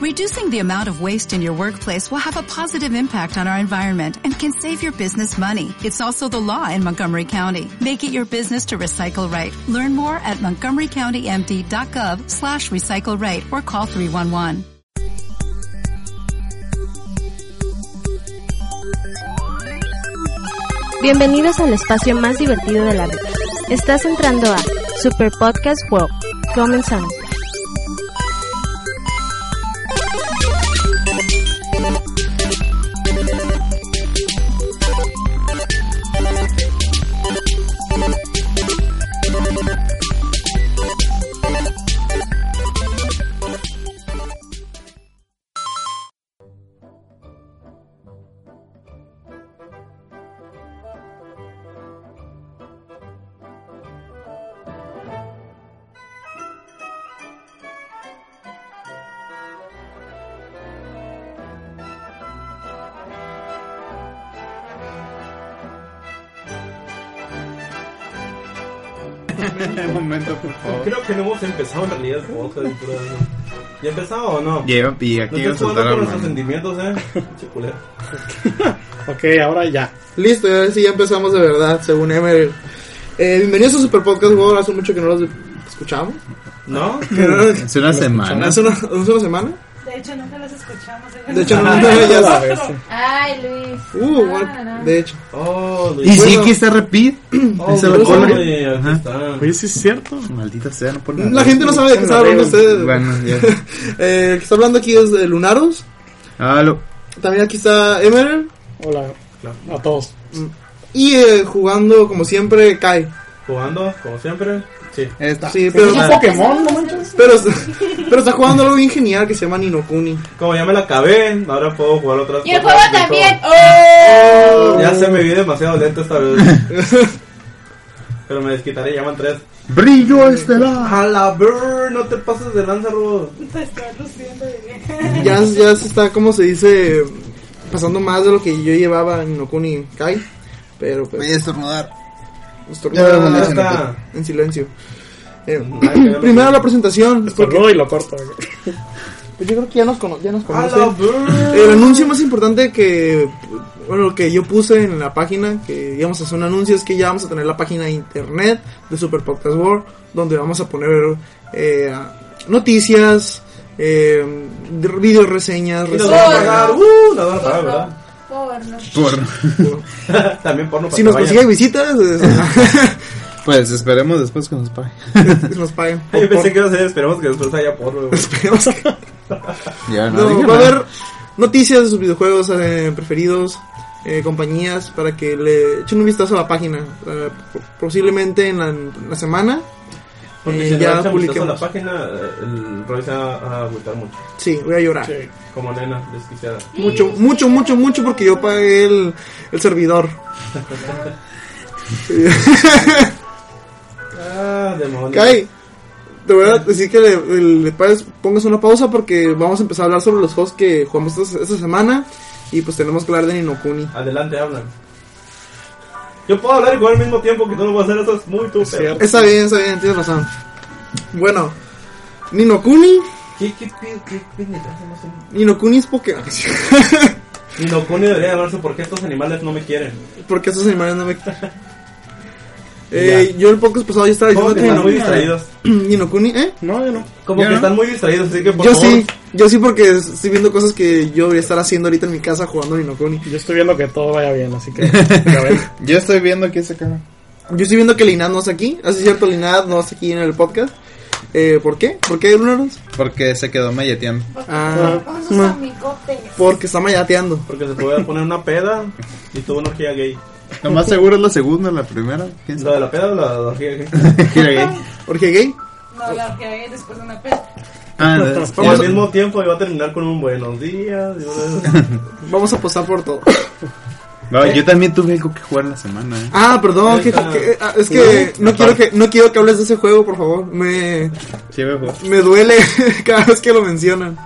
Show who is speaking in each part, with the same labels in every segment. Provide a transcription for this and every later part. Speaker 1: Reducing the amount of waste in your workplace will have a positive impact on our environment and can save your business money. It's also the law in Montgomery County. Make it your business to recycle right. Learn more at montgomerycountymd.gov slash recycle right or call 311.
Speaker 2: Bienvenidos al espacio más divertido de la vida. Estás entrando a Super Podcast World. Comenzamos.
Speaker 3: Un momento, por favor.
Speaker 4: Creo que no hemos empezado en realidad el podcast. pero, ¿Ya empezaba o no?
Speaker 3: Lleva y
Speaker 4: No
Speaker 3: aquí
Speaker 4: estoy
Speaker 3: iba a
Speaker 4: jugando
Speaker 3: soltar
Speaker 4: con
Speaker 3: a
Speaker 4: nuestros
Speaker 3: Armando.
Speaker 4: sentimientos, eh. Chiculero.
Speaker 5: Ok, ahora ya.
Speaker 6: Listo, y ahora sí ya empezamos de verdad, según Emer. Eh, bienvenidos a Super Podcast World, hace mucho que no los escuchamos.
Speaker 4: ¿No?
Speaker 3: Hace una semana.
Speaker 6: Hace una, hace una semana.
Speaker 7: De hecho, nunca los escuchamos. ¿eh?
Speaker 6: De hecho, no,
Speaker 5: A la
Speaker 6: ya
Speaker 5: vez, sí.
Speaker 7: Ay, Luis.
Speaker 6: Uh,
Speaker 7: Ah,
Speaker 6: bueno,
Speaker 7: no.
Speaker 6: de hecho.
Speaker 4: Oh,
Speaker 3: Y
Speaker 4: Luis.
Speaker 3: sí
Speaker 6: Bueno.
Speaker 3: que está repeat.
Speaker 4: Oh,
Speaker 3: Ese
Speaker 4: Luis,
Speaker 3: recorre.
Speaker 4: oye, aquí
Speaker 3: Ajá.
Speaker 4: está.
Speaker 5: Oye, sí es cierto.
Speaker 3: Maldita sea, no por nada.
Speaker 6: La gente no sabe de qué está hablando ustedes.
Speaker 3: Bueno, ya.
Speaker 6: Eh, el que está hablando aquí es de Lunaros.
Speaker 3: Aló.
Speaker 6: También aquí está Emer.
Speaker 5: Hola a todos.
Speaker 6: Y eh, jugando, como siempre, Kai.
Speaker 4: Jugando, como siempre. Sí.
Speaker 6: Sí,
Speaker 5: ¿Es
Speaker 6: pero,
Speaker 5: un Pokémon? ¿No manches?
Speaker 6: pero, pero está jugando algo bien genial que se llama Ninokuni.
Speaker 4: Como ya me la acabé, ahora puedo jugar otras
Speaker 7: Y el
Speaker 4: cosas
Speaker 7: juego
Speaker 4: de
Speaker 7: también.
Speaker 4: todo.
Speaker 7: ¡Oh!
Speaker 4: Ya se me vi demasiado lento esta vez. Pero me desquitaré, llaman tres.
Speaker 3: Brillo este estelar.
Speaker 4: A la ver, no te pases de lanza, Rubo.
Speaker 7: Te estás luciendo de bien.
Speaker 6: Ya, ya se está, como se dice, pasando más de lo que yo llevaba en Nokuni Kai. Pero pues,
Speaker 3: estornudar.
Speaker 6: estornuda
Speaker 3: ya, ya,
Speaker 4: Ya
Speaker 3: No,
Speaker 4: está.
Speaker 6: en silencio. Eh,
Speaker 4: Ay, que ya
Speaker 6: primero
Speaker 4: lo-
Speaker 6: la presentación. porque-
Speaker 5: Estornudo y lo corto.
Speaker 6: pues yo creo que ya nos, cono- ya nos
Speaker 4: A la
Speaker 6: conocen.
Speaker 4: ver.
Speaker 6: El anuncio más importante que bueno, que yo puse en la página, que íbamos a hacer un anuncio, es que ya vamos a tener la página de internet de Super Podcast World, donde vamos a poner eh, noticias, eh, video reseñas,
Speaker 4: Y nos van a
Speaker 7: Porno.
Speaker 4: pagar. Uh, nos van a pagar,
Speaker 7: Porno.
Speaker 4: ¿verdad?
Speaker 7: Porno.
Speaker 3: Por,
Speaker 4: También porno para
Speaker 6: si
Speaker 4: que
Speaker 6: nos
Speaker 4: vayan.
Speaker 6: consigue visitas, eh,
Speaker 3: pues esperemos después que nos pague.
Speaker 6: que nos paguen.
Speaker 4: Ay, Yo pensé que iba a ser, esperemos que después haya porno. güey.
Speaker 6: Esperemos que-
Speaker 3: Ya, no,
Speaker 6: No,
Speaker 3: diga
Speaker 6: va a
Speaker 3: nada.
Speaker 6: haber noticias de sus videojuegos eh, preferidos, eh, compañías, para que le echen un vistazo a la página. Eh, po- posiblemente en la, en la semana.
Speaker 4: Porque
Speaker 6: eh,
Speaker 4: si
Speaker 6: ya
Speaker 4: ya no publicamos la
Speaker 6: publiquemos.
Speaker 4: página, eh, el Roy se va a agüitar mucho.
Speaker 6: Sí, voy a llorar.
Speaker 5: Sí.
Speaker 4: Como nena desquiciada.
Speaker 6: Mucho, mucho, mucho, mucho, porque yo pagué el, el servidor.
Speaker 4: Ah, demonios.
Speaker 6: Kai, te voy a decir que le, le pagues- pongas una pausa porque vamos a empezar a hablar sobre los juegos que jugamos esta, esta semana. Y pues tenemos que hablar de Ninokuni.
Speaker 4: Adelante, hablan. Yo puedo hablar y jugar al mismo tiempo que tú no vas a hacer, eso es muy tu
Speaker 5: Es cierto.
Speaker 6: Está bien, está bien, tienes razón. Bueno, Ninokuni.
Speaker 4: ¿Qué, qué, qué, qué, qué pendejadas no sé?
Speaker 6: Ninokuni es Pokémon.
Speaker 4: Y Nokuni debería llamarse porque estos animales no me quieren.
Speaker 6: Porque esos animales no me. Eh, yo el podcast pasado yo estaba
Speaker 4: Como
Speaker 6: diciendo
Speaker 4: que están muy
Speaker 6: que
Speaker 4: distraídos.
Speaker 6: Ninokuni, ¿eh?
Speaker 5: No, yo no.
Speaker 4: Como
Speaker 3: ¿Ya
Speaker 4: que
Speaker 3: no?
Speaker 4: están muy distraídos, así que por
Speaker 6: Yo
Speaker 4: favor.
Speaker 6: sí, yo sí porque estoy viendo cosas que yo voy a estar haciendo ahorita en mi casa jugando Ninokuni.
Speaker 5: Yo estoy viendo que todo vaya bien, así que. a ver.
Speaker 3: Yo estoy viendo que se acaba.
Speaker 6: Yo estoy viendo que Linad no está aquí, así es cierto, Linad no está aquí en el podcast. Eh, ¿Por qué? ¿Por qué Lunaros?
Speaker 3: Porque se quedó mayeteando.
Speaker 6: Ah,
Speaker 7: Con sus
Speaker 6: no,
Speaker 7: amigotes.
Speaker 6: porque está mayateando.
Speaker 4: Porque se puede poner una peda y tuvo una orgía gay.
Speaker 3: Lo más seguro es la segunda, la primera. ¿Quién
Speaker 4: ¿Lo
Speaker 3: sabe?
Speaker 4: de la peda o la orgía gay?
Speaker 3: Gira gay.
Speaker 6: Porque gay.
Speaker 7: No, la que hay después de una peda.
Speaker 3: Ah, es-
Speaker 4: Y
Speaker 3: ya-
Speaker 4: al mismo tiempo iba a terminar con un buenos días. y una-
Speaker 6: Vamos a apostar por todo.
Speaker 3: No, yo también tuve algo que jugar la semana. ¿eh?
Speaker 6: Ah, perdón, que- que- ah, es que no quiero que no quiero que hables de ese juego, por favor. Me
Speaker 3: Sí, me jugó.
Speaker 6: Me duele cada vez que lo mencionan.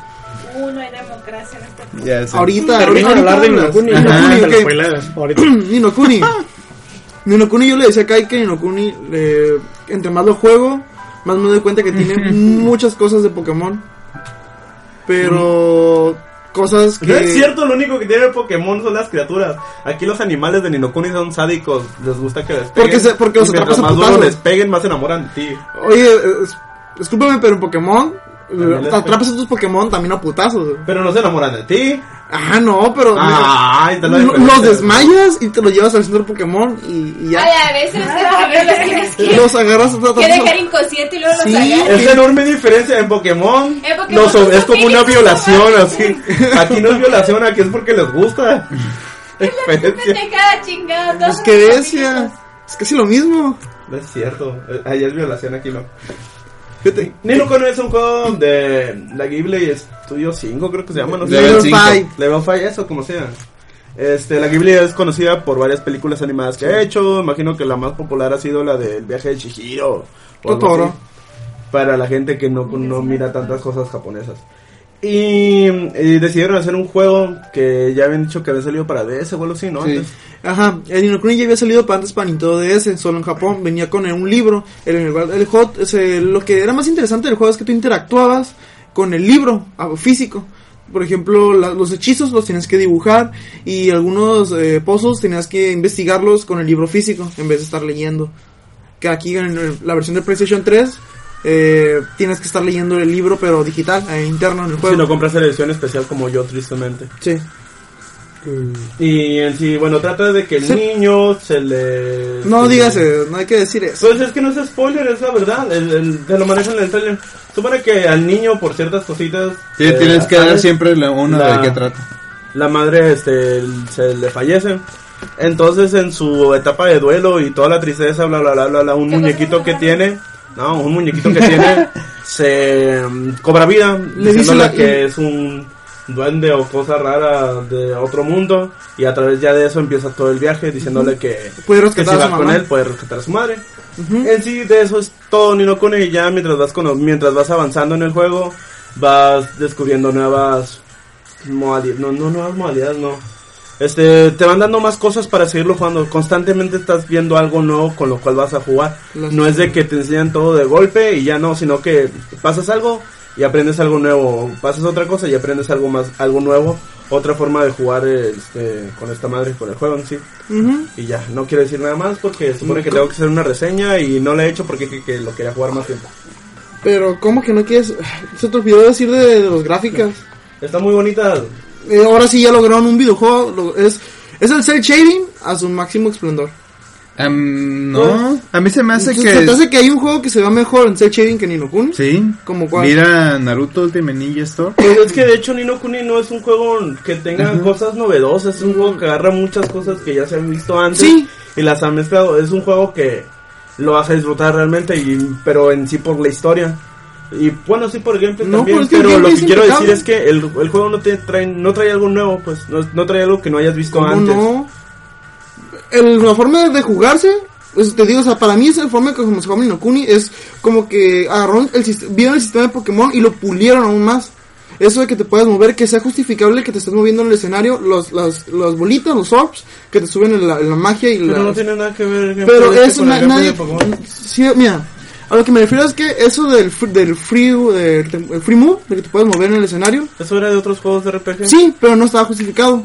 Speaker 7: Uh, no hay democracia en esta
Speaker 3: Ya, sí.
Speaker 6: Ahorita,
Speaker 5: Termina de
Speaker 6: ahorita
Speaker 5: hablar de
Speaker 6: hablas.
Speaker 5: Inokuni.
Speaker 3: Ajá.
Speaker 5: Ajá, te lo
Speaker 6: ok.
Speaker 5: spoileas ahorita.
Speaker 6: Ninokuni. Ninokuni, yo le decía a Kai que Ninokuni, eh, entre más lo juego, más me doy cuenta que tiene muchas cosas de Pokémon. Pero cosas que...
Speaker 4: No es cierto, lo único que tiene el Pokémon son las criaturas. Aquí los animales de Ninokuni son sádicos. Les gusta que les peguen.
Speaker 6: Porque se- porque los
Speaker 4: Y mientras
Speaker 6: atrapas a
Speaker 4: más duro
Speaker 6: putazos.
Speaker 4: les peguen, más se enamoran de ti.
Speaker 6: Oye, eh, es- discúlpame, pero en Pokémon...
Speaker 4: También
Speaker 6: eh,
Speaker 4: les-
Speaker 6: Atrapas a tus Pokémon también a putazos. güey.
Speaker 4: Pero no se enamoran de ti.
Speaker 6: Ah, no, pero...
Speaker 4: Ay, te lo
Speaker 6: Lo-
Speaker 4: diferente.
Speaker 6: los desmayas y te los llevas al centro Pokémon y, y
Speaker 8: A
Speaker 6: ya.
Speaker 8: la vez se los agarras, los tienes que,
Speaker 6: Los agarras atrapas
Speaker 8: que
Speaker 6: a-
Speaker 8: dejar inconsciente y luego
Speaker 6: Sí.
Speaker 8: los agarras.
Speaker 4: Es enorme diferencia en Pokémon.
Speaker 8: En Pokémon
Speaker 4: los-
Speaker 8: son
Speaker 4: es como una
Speaker 8: pequeños,
Speaker 4: violación,
Speaker 8: no
Speaker 4: así. Aquí no es violación, aquí es porque les gusta. Diferencia.
Speaker 8: Pendejada, chingada.
Speaker 6: Pues
Speaker 8: todos
Speaker 6: qué
Speaker 8: los
Speaker 6: bestia.
Speaker 8: amiguitos.
Speaker 6: Es casi lo mismo.
Speaker 4: No es cierto. Eh, Ahí es violación, aquí no.
Speaker 6: Fíjate.
Speaker 4: Nino Kuni es un juego de la Ghibli Studio 5, creo que se llama, no sé.
Speaker 3: Level
Speaker 6: Level
Speaker 3: cinco.
Speaker 6: five.
Speaker 4: Level 5, eso, como sea. Este, la Ghibli es conocida por varias películas animadas que ha hecho. Imagino que la más popular ha sido la del viaje de Chihiro. o algo
Speaker 6: Totoro.
Speaker 4: así, Para la gente que no, no mira tantas cosas japonesas. Y, y decidieron hacer un juego que ya habían dicho que había salido para DS o algo así, ¿no?
Speaker 3: Sí.
Speaker 4: Antes.
Speaker 6: Ajá, el Nino Kuni ya había salido para antes para Nintendo DS, solo en Japón. Venía con un libro. El, el, el hot- ese, lo que era más interesante del juego es que tú interactuabas con el libro ah, físico. Por ejemplo, la- los hechizos los tenías que dibujar y algunos eh, pozos tenías que investigarlos con el libro físico en vez de estar leyendo. Que aquí en el- la versión de PlayStation 3 eh, tienes que estar leyendo el libro pero digital, eh, interno en el
Speaker 4: Si no
Speaker 6: juego.
Speaker 4: compras la edición especial como yo, tristemente.
Speaker 6: Sí.
Speaker 4: Y en sí, bueno, trata de que el
Speaker 6: Sí.
Speaker 4: niño se le...
Speaker 6: No
Speaker 4: se le-
Speaker 6: digas, eh, no hay que decir eso.
Speaker 4: Pues es que no es spoiler, es la verdad. El, el- te lo manejan en el trailer. Supone que al niño, por ciertas cositas.
Speaker 3: Sí,
Speaker 4: eh,
Speaker 3: tienes que dar
Speaker 4: ¿sabes?
Speaker 3: siempre la- una
Speaker 4: La-
Speaker 3: de qué trata.
Speaker 4: La madre este, el- se le fallece. Entonces, en su etapa de duelo y toda la tristeza, bla, bla, bla, bla, bla, un
Speaker 8: ¿Qué
Speaker 4: muñequito
Speaker 8: cosa?
Speaker 4: que tiene. No, un muñequito que tiene. se mm, cobra vida.
Speaker 6: Le dice
Speaker 4: diciéndole
Speaker 6: la-
Speaker 4: que es un duende o cosa rara de otro mundo. Y a través ya de eso empieza todo el viaje diciéndole que
Speaker 6: Puede
Speaker 4: que
Speaker 6: rescatar
Speaker 4: si
Speaker 6: a su
Speaker 4: vas con
Speaker 6: mamá.
Speaker 4: él puedes rescatar a su madre. En sí de eso es todo Nino Kuni y ya mientras vas cono- mientras vas avanzando en el juego vas descubriendo nuevas modalidades, no, no nuevas modalidades, no. Este, te van dando más cosas para seguirlo jugando. Constantemente estás viendo algo nuevo con lo cual vas a jugar.
Speaker 6: Las-
Speaker 4: No es de que te enseñan todo de golpe y ya no, sino que pasas algo y aprendes algo nuevo, pasas otra cosa y aprendes algo más, algo nuevo, otra forma de jugar este, con esta madre, con el juego en sí.
Speaker 6: Ujú.
Speaker 4: Y ya, no quiero decir nada más porque supone que tengo que hacer una reseña y no la he hecho porque que- que lo quería jugar más tiempo.
Speaker 6: Pero, ¿cómo que no quieres? Se te olvidó decir de, de los gráficas.
Speaker 4: Está muy bonita.
Speaker 6: Eh, ahora sí ya lograron un videojuego. lo- es, es el cel shading a su máximo esplendor.
Speaker 3: Am, no, a mí se me hace
Speaker 6: Entonces, ¿se te
Speaker 3: que...
Speaker 6: hace que hay un juego que se va mejor en cel shading que en Inokuni?
Speaker 3: Sí.
Speaker 6: ¿Como cuál?
Speaker 3: Mira Naruto Ultimate Ninja Store.
Speaker 4: Pues es que de hecho Nino Kuni no es un juego que tenga cosas novedosas, es un juego que agarra muchas cosas que ya se han visto antes
Speaker 6: Sí.
Speaker 4: y las ha mezclado. Es un juego que lo hace disfrutar realmente, y, pero en sí por la historia. Y bueno, sí por el gameplay
Speaker 6: No,
Speaker 4: también,
Speaker 6: pues es que el
Speaker 4: pero lo
Speaker 6: gameplay
Speaker 4: que
Speaker 6: es
Speaker 4: quiero decir
Speaker 6: impecable.
Speaker 4: es que el, el juego no te trae, no trae algo nuevo, pues no, no trae algo que no hayas visto
Speaker 6: ¿Cómo
Speaker 4: antes.
Speaker 6: no? El- la forma de jugarse, pues, te digo, o sea, para mí es la forma que como se juega Inokuni es como que agarraron el, sis- vieron el sistema de Pokémon y lo pulieron aún más. Eso de que te puedas mover, que sea justificable que te estés moviendo en el escenario, los, las, las bolitas, los orbs, que te suben en la, en la magia y
Speaker 4: Pero
Speaker 6: las-
Speaker 4: no tiene nada que ver el gameplay
Speaker 6: Pero
Speaker 4: este
Speaker 6: eso
Speaker 4: con el
Speaker 6: na-
Speaker 4: gameplay
Speaker 6: nadie.
Speaker 4: de Pokémon.
Speaker 6: Sí, mira, a lo que me refiero es que eso del, fr- del free, eh, te- el free move, de que te puedes mover en el escenario,
Speaker 4: ¿Eso era de otros juegos de RPG?
Speaker 6: sí, pero no estaba justificado.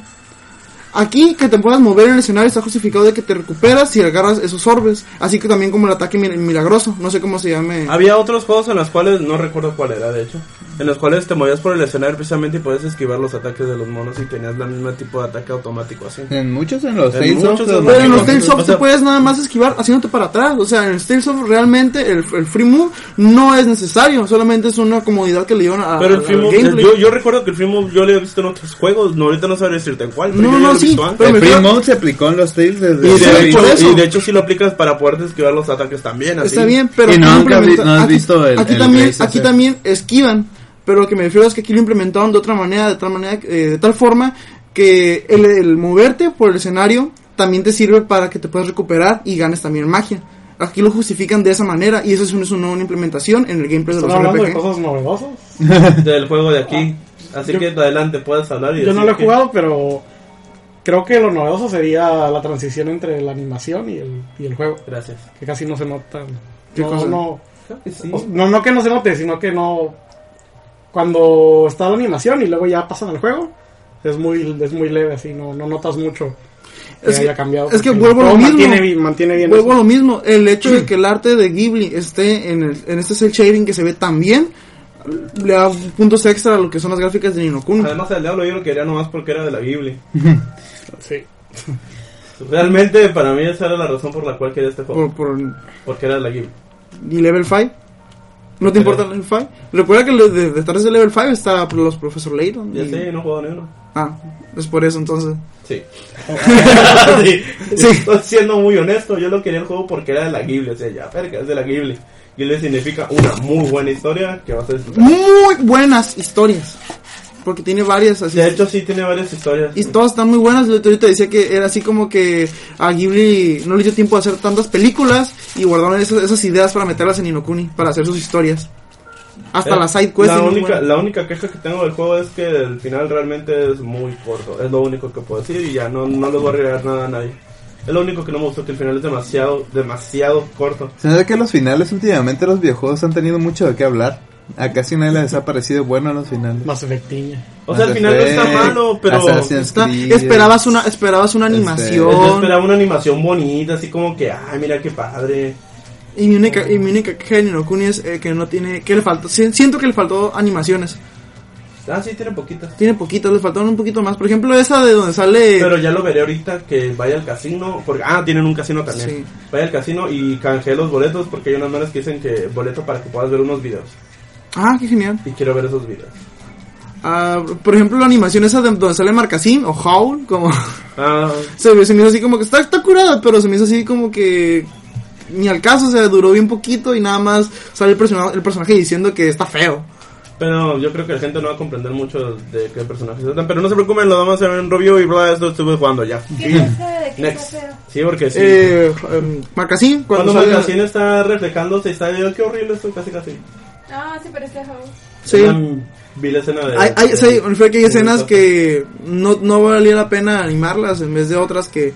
Speaker 6: Aquí que te puedas mover en el escenario está justificado de que te recuperas si agarras esos orbes. Así que también como el ataque mi- milagroso, no sé cómo se llame.
Speaker 4: Había otros juegos en los cuales, no recuerdo cuál era de hecho, en los cuales te movías por el escenario precisamente y podías esquivar los ataques de los monos y tenías el mismo tipo de ataque automático así.
Speaker 3: En muchos, en los
Speaker 4: En
Speaker 3: Tales of,
Speaker 4: muchos,
Speaker 3: los
Speaker 4: en
Speaker 6: Pero
Speaker 3: Magic
Speaker 6: en los
Speaker 4: O
Speaker 6: Tales
Speaker 4: sea-
Speaker 6: of te puedes nada más esquivar haciéndote para atrás. O sea, en el Tales of realmente el, el free move no es necesario. Solamente es una comodidad que le dieron a,
Speaker 4: Pero el
Speaker 6: al
Speaker 4: Free Move-
Speaker 6: Ah, gameplay.
Speaker 4: yo, yo recuerdo que el Free Move yo lo he visto en otros juegos, no ahorita no sabré decirte en cuál, pero
Speaker 6: No,
Speaker 4: yo ya
Speaker 6: no,
Speaker 4: lo he
Speaker 6: sí,
Speaker 4: visto antes.
Speaker 6: pero
Speaker 3: El
Speaker 6: me
Speaker 3: Free
Speaker 6: refiero-
Speaker 3: Mode se aplicó en los Tales desde...
Speaker 6: Y
Speaker 4: Y
Speaker 6: sí,
Speaker 4: de,
Speaker 6: por
Speaker 4: hecho,
Speaker 6: eso.
Speaker 4: y de hecho sí lo aplicas para poder esquivar los ataques también, así.
Speaker 6: Está bien, pero
Speaker 3: Y
Speaker 6: aquí
Speaker 3: no,
Speaker 6: lo
Speaker 3: nunca vi-
Speaker 6: implementa-
Speaker 3: no has
Speaker 6: aquí-
Speaker 3: visto el-
Speaker 6: aquí
Speaker 3: el
Speaker 6: también,
Speaker 3: Blaze
Speaker 6: aquí
Speaker 3: ese.
Speaker 6: también esquivan, pero lo que me refiero es que aquí lo implementaron de otra manera, de tal manera, eh, de tal forma que el, el moverte por el escenario también te sirve para que te puedas recuperar y ganes también magia. Aquí lo justifican de esa manera y eso es, un- es una nueva implementación en el gameplay de
Speaker 5: ¿Están
Speaker 6: los
Speaker 5: hablando de
Speaker 6: RPG.
Speaker 5: cosas novedosas?
Speaker 4: Del juego de aquí.
Speaker 6: Ah.
Speaker 4: Así
Speaker 5: Yo-
Speaker 4: que adelante, puedes hablar y
Speaker 5: Yo no
Speaker 4: decir
Speaker 5: lo he
Speaker 4: que-
Speaker 5: jugado, pero creo que lo novedoso sería la transición entre la animación y el, y el juego,
Speaker 4: Gracias.
Speaker 5: que casi no se nota.
Speaker 6: ¿Qué
Speaker 5: no,
Speaker 6: cosa? Oh.
Speaker 5: no, o- no, no que no se note, sino que no cuando está la animación y luego ya pasan al juego, es muy, es muy leve, así, no, no notas mucho que
Speaker 6: Es que-
Speaker 5: haya cambiado.
Speaker 6: es que
Speaker 5: porque
Speaker 6: vuelvo a lo
Speaker 5: todo
Speaker 6: mismo.
Speaker 5: Mantiene, bi- mantiene bien
Speaker 6: Vuelvo a
Speaker 5: eso.
Speaker 6: lo mismo, el hecho de que el arte de Ghibli esté en, el, en este cel shading que se ve tan bien, le da puntos extra a lo que son las gráficas de Nino Kuni.
Speaker 4: Además, el diablo yo lo quería nomás porque era de la Biblia.
Speaker 5: Sí.
Speaker 4: Realmente, para mí, esa era la razón por la cual quería este juego.
Speaker 6: Por, por-
Speaker 4: Porque era de la Biblia.
Speaker 6: y level 5. ¿No te importa el level 5? Recuerda que lo de- detrás del level 5 está los profesor Layton.
Speaker 4: Ya
Speaker 6: y-
Speaker 4: sé, no he jugado ni uno.
Speaker 6: Ah, es por eso entonces.
Speaker 4: Sí.
Speaker 6: sí.
Speaker 4: Estoy siendo muy honesto, yo lo quería el juego porque era de la Ghibli. O sea, ya, verga, es de la Ghibli. Ghibli significa una muy buena historia que vas a disfrutar.
Speaker 6: Muy buenas historias. Porque tiene varias así.
Speaker 4: De hecho, sí tiene varias historias.
Speaker 6: Y todas están muy buenas. Yo ahorita decía que era así como que a Ghibli no le dio tiempo de hacer tantas películas y guardaron esas, esas ideas para meterlas en Inokuni, para hacer sus historias. Hasta
Speaker 4: Eh,
Speaker 6: las side quests.
Speaker 4: La
Speaker 6: son muy
Speaker 4: única,
Speaker 6: buenas.
Speaker 4: la única queja que tengo del juego es que el final realmente es muy corto. Es lo único que puedo decir y ya no, no les voy a regalar nada a nadie. Es lo único que no me gustó, que el final es demasiado, demasiado corto.
Speaker 9: Se nota que los finales últimamente los videojuegos han tenido mucho de qué hablar. A casi nadie les ha parecido bueno los finales.
Speaker 5: Más efectiña.
Speaker 4: O sea, el final no está malo, pero yo
Speaker 9: Assassin's
Speaker 6: Está-
Speaker 9: Creed.
Speaker 6: esperabas una esperabas una
Speaker 9: Este,
Speaker 6: animación
Speaker 4: esperaba una animación bonita, así como que, ay, mira qué padre.
Speaker 6: y mi única y mi única queja de Ninokuni es eh, que no tiene que le faltó si- siento que le faltó animaciones
Speaker 4: Ah, sí, tiene poquitas.
Speaker 6: tiene poquitas le faltaron un poquito más por ejemplo esa de donde sale
Speaker 4: Pero ya lo veré ahorita que vaya al casino. Porque, ah, tienen un casino también.
Speaker 6: Sí.
Speaker 4: Vaya al casino y canjeé los boletos porque hay unas manos que dicen que boleto para que puedas ver unos videos.
Speaker 6: ah qué genial
Speaker 4: Y quiero ver esos videos.
Speaker 6: Ah, por ejemplo la animación esa de donde sale Marcasín o Howl como
Speaker 4: Ah,
Speaker 6: se, me- se me hizo así como que está, está curada, pero se me hizo así como que ni al caso, o sea, duró bien poquito y nada más sale el, persona- el personaje diciendo que está feo.
Speaker 4: pero yo creo que la gente no va a comprender mucho de qué personajes se tratan. Pero no se preocupen, lo vamos a hacer en review y bla, esto estuve jugando ya.
Speaker 7: ¿Qué pasa? ¿De qué
Speaker 4: Next.
Speaker 7: está feo?
Speaker 4: Sí, porque sí.
Speaker 6: Eh, em, Marcasín, cuando,
Speaker 4: cuando
Speaker 6: sale-
Speaker 4: Marcasín está reflejándose, está yo, qué horrible estoy, casi casi.
Speaker 7: Ah, sí, pero este juego.
Speaker 6: Sí.
Speaker 4: Una- Vi la escena de.
Speaker 6: Hay, hay,
Speaker 4: de-
Speaker 6: sí, me refiero que hay
Speaker 4: de-
Speaker 6: escenas que no, no valía la pena animarlas en vez de otras que,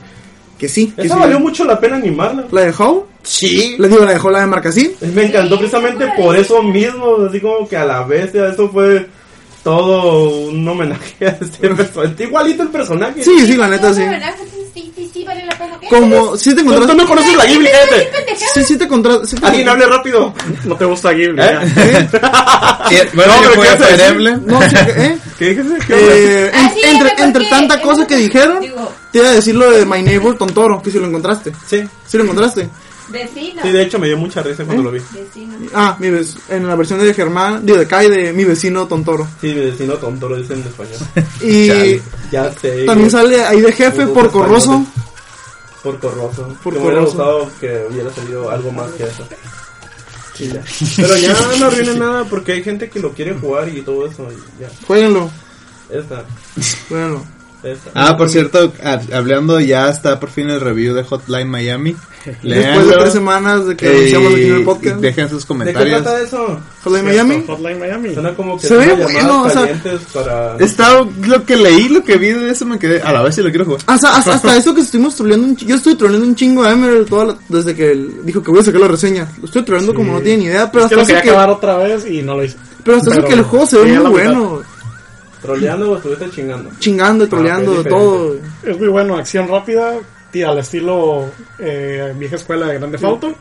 Speaker 6: que sí. Que
Speaker 4: Esa
Speaker 6: sí.
Speaker 4: valió mucho la pena animarla.
Speaker 6: ¿La de Howl?
Speaker 4: Sí.
Speaker 6: Le digo, la de Howl, la de Marcasín.
Speaker 4: Me encantó
Speaker 7: Sí,
Speaker 4: precisamente
Speaker 7: está
Speaker 4: por eso mismo, así como que a la bestia, eso fue todo un homenaje a este personaje. Igualito el personaje.
Speaker 6: Sí, sí, la neta,
Speaker 8: No,
Speaker 6: sí.
Speaker 8: la verdad, sí, sí, sí, sí, vale la pena. ¿Qué?
Speaker 6: Como, si te
Speaker 4: Tú, tú
Speaker 6: encontraste...
Speaker 4: no conoces la Ghibli, cállate.
Speaker 6: Sí, sí te encontraste... sí te-
Speaker 4: Alguien hable rápido.
Speaker 5: No te gusta Ghibli.
Speaker 4: ¿Eh?
Speaker 5: ya.
Speaker 9: Eh, Bueno,
Speaker 4: No,
Speaker 9: yo
Speaker 4: pero
Speaker 9: jugué
Speaker 4: ¿qué haces?
Speaker 9: Fire Emblem.
Speaker 6: No, sí, ¿eh?
Speaker 4: ¿Qué dijiste? ¿Qué hablas?
Speaker 6: Eh, en-
Speaker 8: Ah, sí,
Speaker 6: entre
Speaker 8: porque-
Speaker 6: entre tanta cosa que dijeron,
Speaker 8: Digo-
Speaker 6: te iba a decir lo de My Neighbor Tontoro, que si lo encontraste.
Speaker 4: Sí,
Speaker 6: Si lo encontraste.
Speaker 8: Vecino.
Speaker 4: sí, de hecho me dio mucha risa
Speaker 6: ¿Eh?
Speaker 4: cuando lo vi.
Speaker 8: Vecino.
Speaker 6: Ah, mi vec- en la versión de Germán, digo, de Kai, de mi vecino Tontoro.
Speaker 4: Sí, mi vecino tonto lo dicen en español.
Speaker 6: Y
Speaker 9: Chale.
Speaker 4: Ya sé.
Speaker 6: también sale ahí de jefe
Speaker 4: Putos
Speaker 6: por Corroso.
Speaker 4: españoles. Por corroso.
Speaker 6: Por
Speaker 4: Por Me hubiera
Speaker 6: corroso.
Speaker 4: gustado que hubiera salido algo más que eso. Y ya. Pero ya no arruinen nada porque hay gente que lo quiere jugar y todo eso. y ya.
Speaker 6: Jueguenlo,
Speaker 4: Esta,
Speaker 6: jueguenlo.
Speaker 4: esta.
Speaker 9: Ah, por cierto, ha- hablando ya está por fin el review de Hotline Miami.
Speaker 6: Después de
Speaker 9: Leanlo.
Speaker 6: tres semanas de que
Speaker 9: Eh,
Speaker 6: anunciamos aquí en el
Speaker 9: y
Speaker 6: podcast.
Speaker 9: Dejen
Speaker 4: ¿De
Speaker 9: sus
Speaker 4: qué
Speaker 9: comentarios.
Speaker 4: trata eso?
Speaker 6: Hola, ¿y Miami.
Speaker 5: Hotline Miami.
Speaker 4: Suena como que
Speaker 6: Se ve
Speaker 4: son
Speaker 6: bueno,
Speaker 4: llamadas
Speaker 6: o sea-
Speaker 4: calientes para...
Speaker 9: Está lo que leí, lo que vi de eso me quedé. A la vez si lo quiero jugar.
Speaker 6: Hasta, hasta, hasta eso que estuvimos troleando, un ch- yo estuve troleando un chingo a Emerald toda la- desde que él dijo que voy a sacar la reseña. Lo estoy troleando como no tiene ni idea, pero
Speaker 5: Es que
Speaker 6: hasta
Speaker 5: lo
Speaker 6: eso
Speaker 5: quería
Speaker 6: que,
Speaker 5: acabar otra vez y no lo hice.
Speaker 6: pero hasta eso
Speaker 5: Pero
Speaker 6: que el juego se ve
Speaker 5: llegué a
Speaker 6: muy
Speaker 5: la mitad.
Speaker 6: bueno.
Speaker 4: ¿Troleando o estuviste chingando?
Speaker 6: chingando, troleando,
Speaker 4: Ah,
Speaker 6: de
Speaker 4: ok,
Speaker 6: todo.
Speaker 5: Es muy bueno, acción rápida, tía, al estilo eh, vieja escuela de Grande Fauto.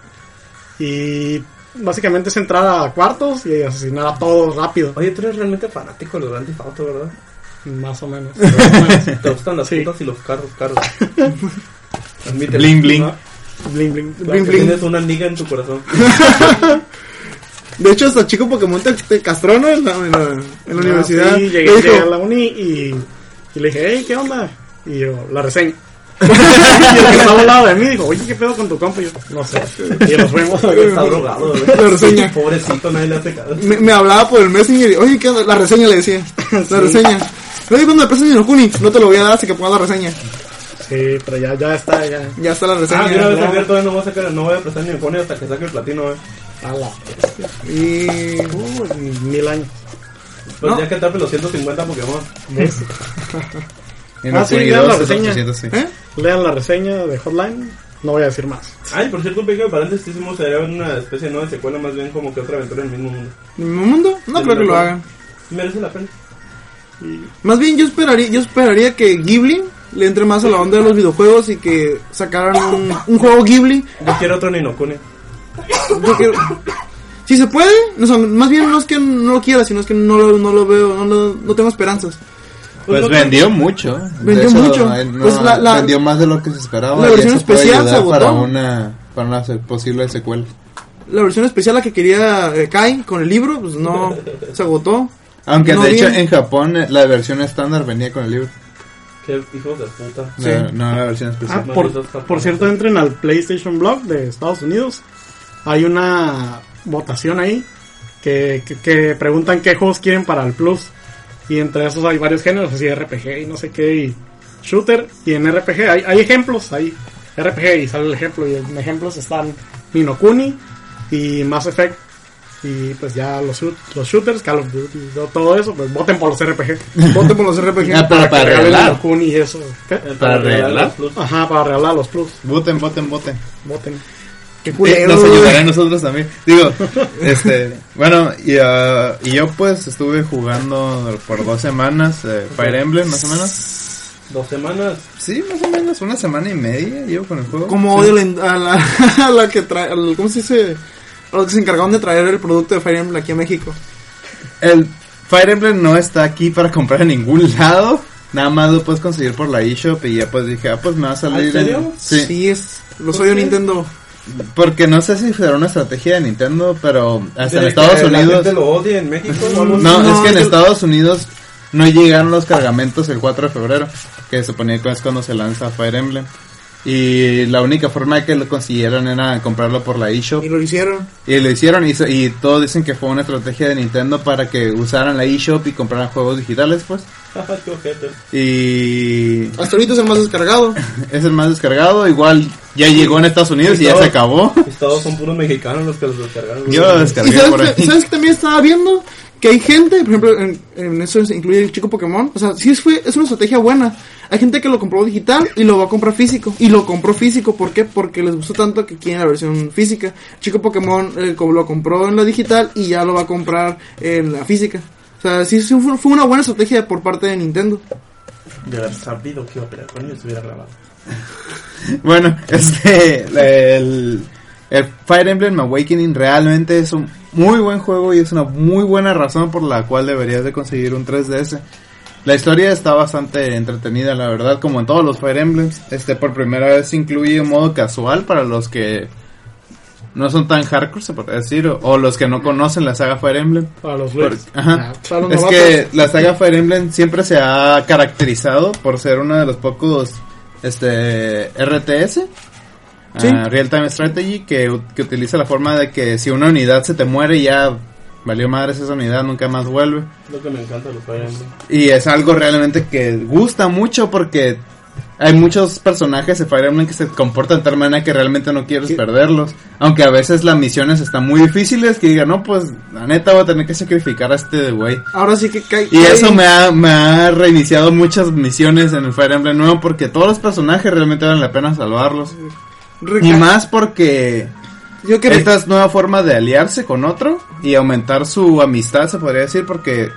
Speaker 5: Y básicamente es entrar a cuartos y asesinar a todos rápido,
Speaker 4: Oye, tú eres realmente fanático de los Grand Theft Auto, ¿verdad?
Speaker 5: más o menos. Más o menos.
Speaker 4: Te gustan las
Speaker 5: Sí.
Speaker 4: putas y los carros, carros. Admítelo.
Speaker 9: Bling, bling.
Speaker 4: Ah,
Speaker 5: Bling, bling.
Speaker 4: claro
Speaker 6: Bling,
Speaker 4: que
Speaker 6: bling.
Speaker 4: Tienes una niga en tu corazón.
Speaker 6: De hecho, hasta chico Pokémon te, te castró, ¿no? En la, en la, en
Speaker 5: Ah,
Speaker 6: la universidad.
Speaker 5: sí, llegué,
Speaker 6: Le dijo,
Speaker 5: llegué a la uni y, y le dije, hey, ¿qué onda? Y yo, la reseña. y el que estaba al lado de mí dijo, oye, ¿qué pedo con tu compa? Y yo, no sé. Y nos fuimos.
Speaker 4: Está drogado, ¿verdad?
Speaker 6: La reseña.
Speaker 4: Pobrecito, nadie le hace caso.
Speaker 6: me, me hablaba por el messenger y, oye, ¿qué onda? La reseña le decía. La reseña. Oye, cuando me prestas mi Inokuni, no te lo voy a dar hasta que pongas la reseña.
Speaker 5: Sí, pero ya, ya está, ya.
Speaker 6: Ya está la
Speaker 4: Ah,
Speaker 6: reseña.
Speaker 4: mira, vez
Speaker 5: claro.
Speaker 4: abierto, todavía no voy a sacar, no voy a prestar ni el pony hasta que saque el platino, eh.
Speaker 5: A la-
Speaker 6: y...
Speaker 5: uh, mil años.
Speaker 4: Pues
Speaker 6: No.
Speaker 4: ya que tape los 150 Pokémon.
Speaker 5: ¿Ves?
Speaker 9: En
Speaker 5: Ah,
Speaker 9: los
Speaker 5: sí,
Speaker 9: Play
Speaker 5: vean la
Speaker 9: 2 es
Speaker 5: reseña.
Speaker 9: 806.
Speaker 6: ¿Eh?
Speaker 5: Lean la reseña de Hotline. No voy a decir más.
Speaker 4: Ay, por cierto, un pequeño paréntesis, hicimos sería una especie no de secuela, más bien como que otra aventura en el mismo mundo.
Speaker 6: ¿En mi mundo? No
Speaker 4: Del
Speaker 6: creo que lo
Speaker 4: Inokuni.
Speaker 6: hagan.
Speaker 4: merece la pena.
Speaker 6: Más bien yo esperaría, yo esperaría que Ghibli le entre más a la onda de los videojuegos y que sacaran un, un juego Ghibli.
Speaker 4: Yo quiero otro Ninokune.
Speaker 6: Yo quiero- Si se puede, no, o sea, más bien no es que no lo quiera, sino es que no lo, no lo veo, no, lo- no tengo esperanzas.
Speaker 9: Pues vendió mucho.
Speaker 6: Vendió
Speaker 9: De
Speaker 6: mucho.
Speaker 9: eh, no,
Speaker 6: Pues la- la-
Speaker 9: vendió más de lo que se esperaba.
Speaker 6: la
Speaker 9: y
Speaker 6: versión
Speaker 9: eso puede
Speaker 6: especial
Speaker 9: ayudar
Speaker 6: se
Speaker 9: para
Speaker 6: agotó.
Speaker 9: una, para una se- posible secuela.
Speaker 6: La versión especial la que quería eh, Kai con el libro, pues no se agotó.
Speaker 9: Aunque
Speaker 6: No
Speaker 9: de hecho
Speaker 6: bien.
Speaker 9: en Japón eh, la versión estándar venía con el libro.
Speaker 4: Qué hijos de puta.
Speaker 6: Sí.
Speaker 9: No, no la versión
Speaker 5: Ah,
Speaker 9: especial.
Speaker 4: No,
Speaker 5: por,
Speaker 4: no, no, no.
Speaker 5: por cierto, entren al PlayStation Blog de Estados Unidos. Hay una votación ahí que, que- que preguntan qué juegos quieren para el Plus. Y entre esos hay varios géneros, así RPG y no sé qué, y shooter. Y en RPG hay, hay ejemplos, hay RPG y sale el ejemplo. Y en ejemplos están Ninokuni y Mass Effect. Y pues ya los, shoot- los shooters, Call of Duty, todo- todo eso, pues voten por los RPG.
Speaker 6: Voten por los RPG.
Speaker 9: Ah, pero para
Speaker 5: que regalen
Speaker 9: regalar.
Speaker 5: Ninokuni y eso. ¿Qué?
Speaker 4: Eh,
Speaker 9: ¿Para arreglar?
Speaker 4: los plus.
Speaker 5: Ajá, para regalar los Plus.
Speaker 9: Voten, voten, voten.
Speaker 5: Voten.
Speaker 6: Qué
Speaker 9: Eh,
Speaker 6: culero,
Speaker 9: nos
Speaker 6: güey.
Speaker 9: ayudará a nosotros también. Digo, este, bueno, y, ah, y yo pues estuve jugando por dos semanas eh, Fire Emblem, más o menos.
Speaker 4: Dos semanas.
Speaker 9: Sí, más o menos, una semana y media llevo con el juego.
Speaker 6: Como odio la- a la, a la que trae, al- ¿cómo se dice? A los que se encargaron de traer el producto de Fire Emblem aquí a México.
Speaker 9: El Fire Emblem no está aquí para comprar en ningún lado. Nada más lo puedes conseguir por la eShop y ya pues dije, ah, pues me va a salir.
Speaker 4: ¿En serio?
Speaker 9: Sí,
Speaker 6: es, los odio Nintendo.
Speaker 9: Porque no sé si será una estrategia de Nintendo, pero hasta en
Speaker 4: De-
Speaker 9: Estados
Speaker 4: eh, La
Speaker 9: Unidos.
Speaker 4: gente lo odia en México. o algo así.
Speaker 9: No,
Speaker 6: No,
Speaker 9: es que en
Speaker 6: yo-
Speaker 9: Estados Unidos no llegaron los cargamentos el 4 de febrero, que se suponía que es cuando se lanza Fire Emblem. Y la única forma de que lo consiguieran era comprarlo por la eShop.
Speaker 6: Y lo hicieron.
Speaker 9: Y lo hicieron y, se- y todos dicen que fue una estrategia de Nintendo para que usaran la eShop y compraran juegos digitales, pues.
Speaker 4: Qué ojete.
Speaker 9: Y
Speaker 6: Hasta ahorita es el más descargado.
Speaker 9: es el más descargado. Igual ya llegó en Estados Unidos y ya se acabó.
Speaker 4: Mis Todos son puros mexicanos los que los descargaron.
Speaker 9: Yo lo
Speaker 6: y
Speaker 9: descargué por
Speaker 6: sabes que,
Speaker 9: ahí.
Speaker 6: sabes que también estaba viendo que hay gente, por ejemplo, en, en eso se incluye el chico Pokémon. O sea, sí es, fue, es una estrategia buena. Hay gente que lo compró digital y lo va a comprar físico. Y lo compró físico, ¿por qué? Porque les gustó tanto que quieren la versión física. Chico Pokémon eh, como lo compró en la digital y ya lo va a comprar en la física. O sea, sí, sí fue, fue una buena estrategia por parte de Nintendo.
Speaker 4: De haber sabido que iba a pelear con ellos, hubiera grabado.
Speaker 9: Bueno, este. El, el Fire Emblem Awakening realmente es un muy buen juego y es una muy buena razón por la cual deberías de conseguir un 3DS. La historia está bastante entretenida, la verdad, como en todos los Fire Emblems. Este, por primera vez incluye un modo casual para los que no son tan hardcore, se podría decir, o, o los que no conocen la saga Fire Emblem.
Speaker 5: Para los
Speaker 9: Por-
Speaker 5: Blitz.
Speaker 9: ajá.
Speaker 5: Para los
Speaker 9: Es
Speaker 5: novatos.
Speaker 9: que la saga Fire Emblem siempre se ha caracterizado por ser uno de los pocos este RTS
Speaker 6: Sí.
Speaker 9: ah, Real Time Strategy que, u- que utiliza la forma de que si una unidad se te muere ya valió madres esa unidad, nunca más vuelve.
Speaker 4: Lo que me encanta de los Fire Emblem.
Speaker 9: Y es algo realmente que gusta mucho porque hay muchos personajes de Fire Emblem que se comportan de tal manera que realmente no quieres perderlos. Aunque a veces las misiones están muy difíciles que digan, no, pues la neta voy a tener que sacrificar a este güey.
Speaker 6: Ahora sí que cae.
Speaker 9: Y eso me ha, me ha reiniciado muchas misiones en el Fire Emblem nuevo porque todos los personajes realmente valen la pena salvarlos. Y más porque
Speaker 6: Yo que
Speaker 9: esta es nueva forma de aliarse con otro y aumentar su amistad, se podría decir, porque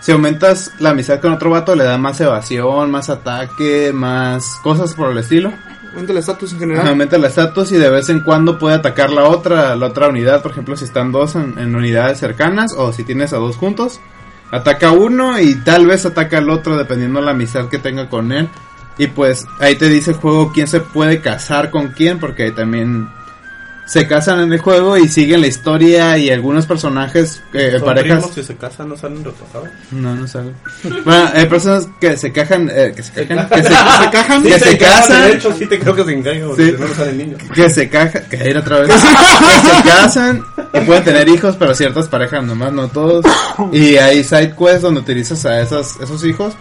Speaker 9: si aumentas la amistad con otro vato le da más evasión, más ataque, más cosas por el estilo.
Speaker 6: aumenta el estatus en
Speaker 9: Ajá,
Speaker 6: general.
Speaker 9: aumenta la estatus y de vez en cuando puede atacar la otra, la otra unidad, por ejemplo, si están dos en, en unidades cercanas o si tienes a dos juntos, ataca uno y tal vez ataca al otro dependiendo la amistad que tenga con él. Y pues ahí te dice el juego quién se puede casar con quién, porque también se casan en el juego y siguen la historia y algunos personajes, eh,
Speaker 4: Son
Speaker 9: parejas...
Speaker 4: primos que se casan, no salen retrasados.
Speaker 9: No, no sale. Bueno, hay personas que se cajan, eh, que se cajan, que se,
Speaker 6: ¿Se cajan?
Speaker 9: que
Speaker 4: Sí,
Speaker 9: se casan.
Speaker 4: De hecho, sí te creo que se engañan porque
Speaker 9: Sí.
Speaker 4: no nos salen niños.
Speaker 9: Que se caja, que ir otra vez. que se casan y pueden tener hijos, pero ciertas parejas nomás, no todos. Y hay side quests donde utilizas a esas, esos hijos.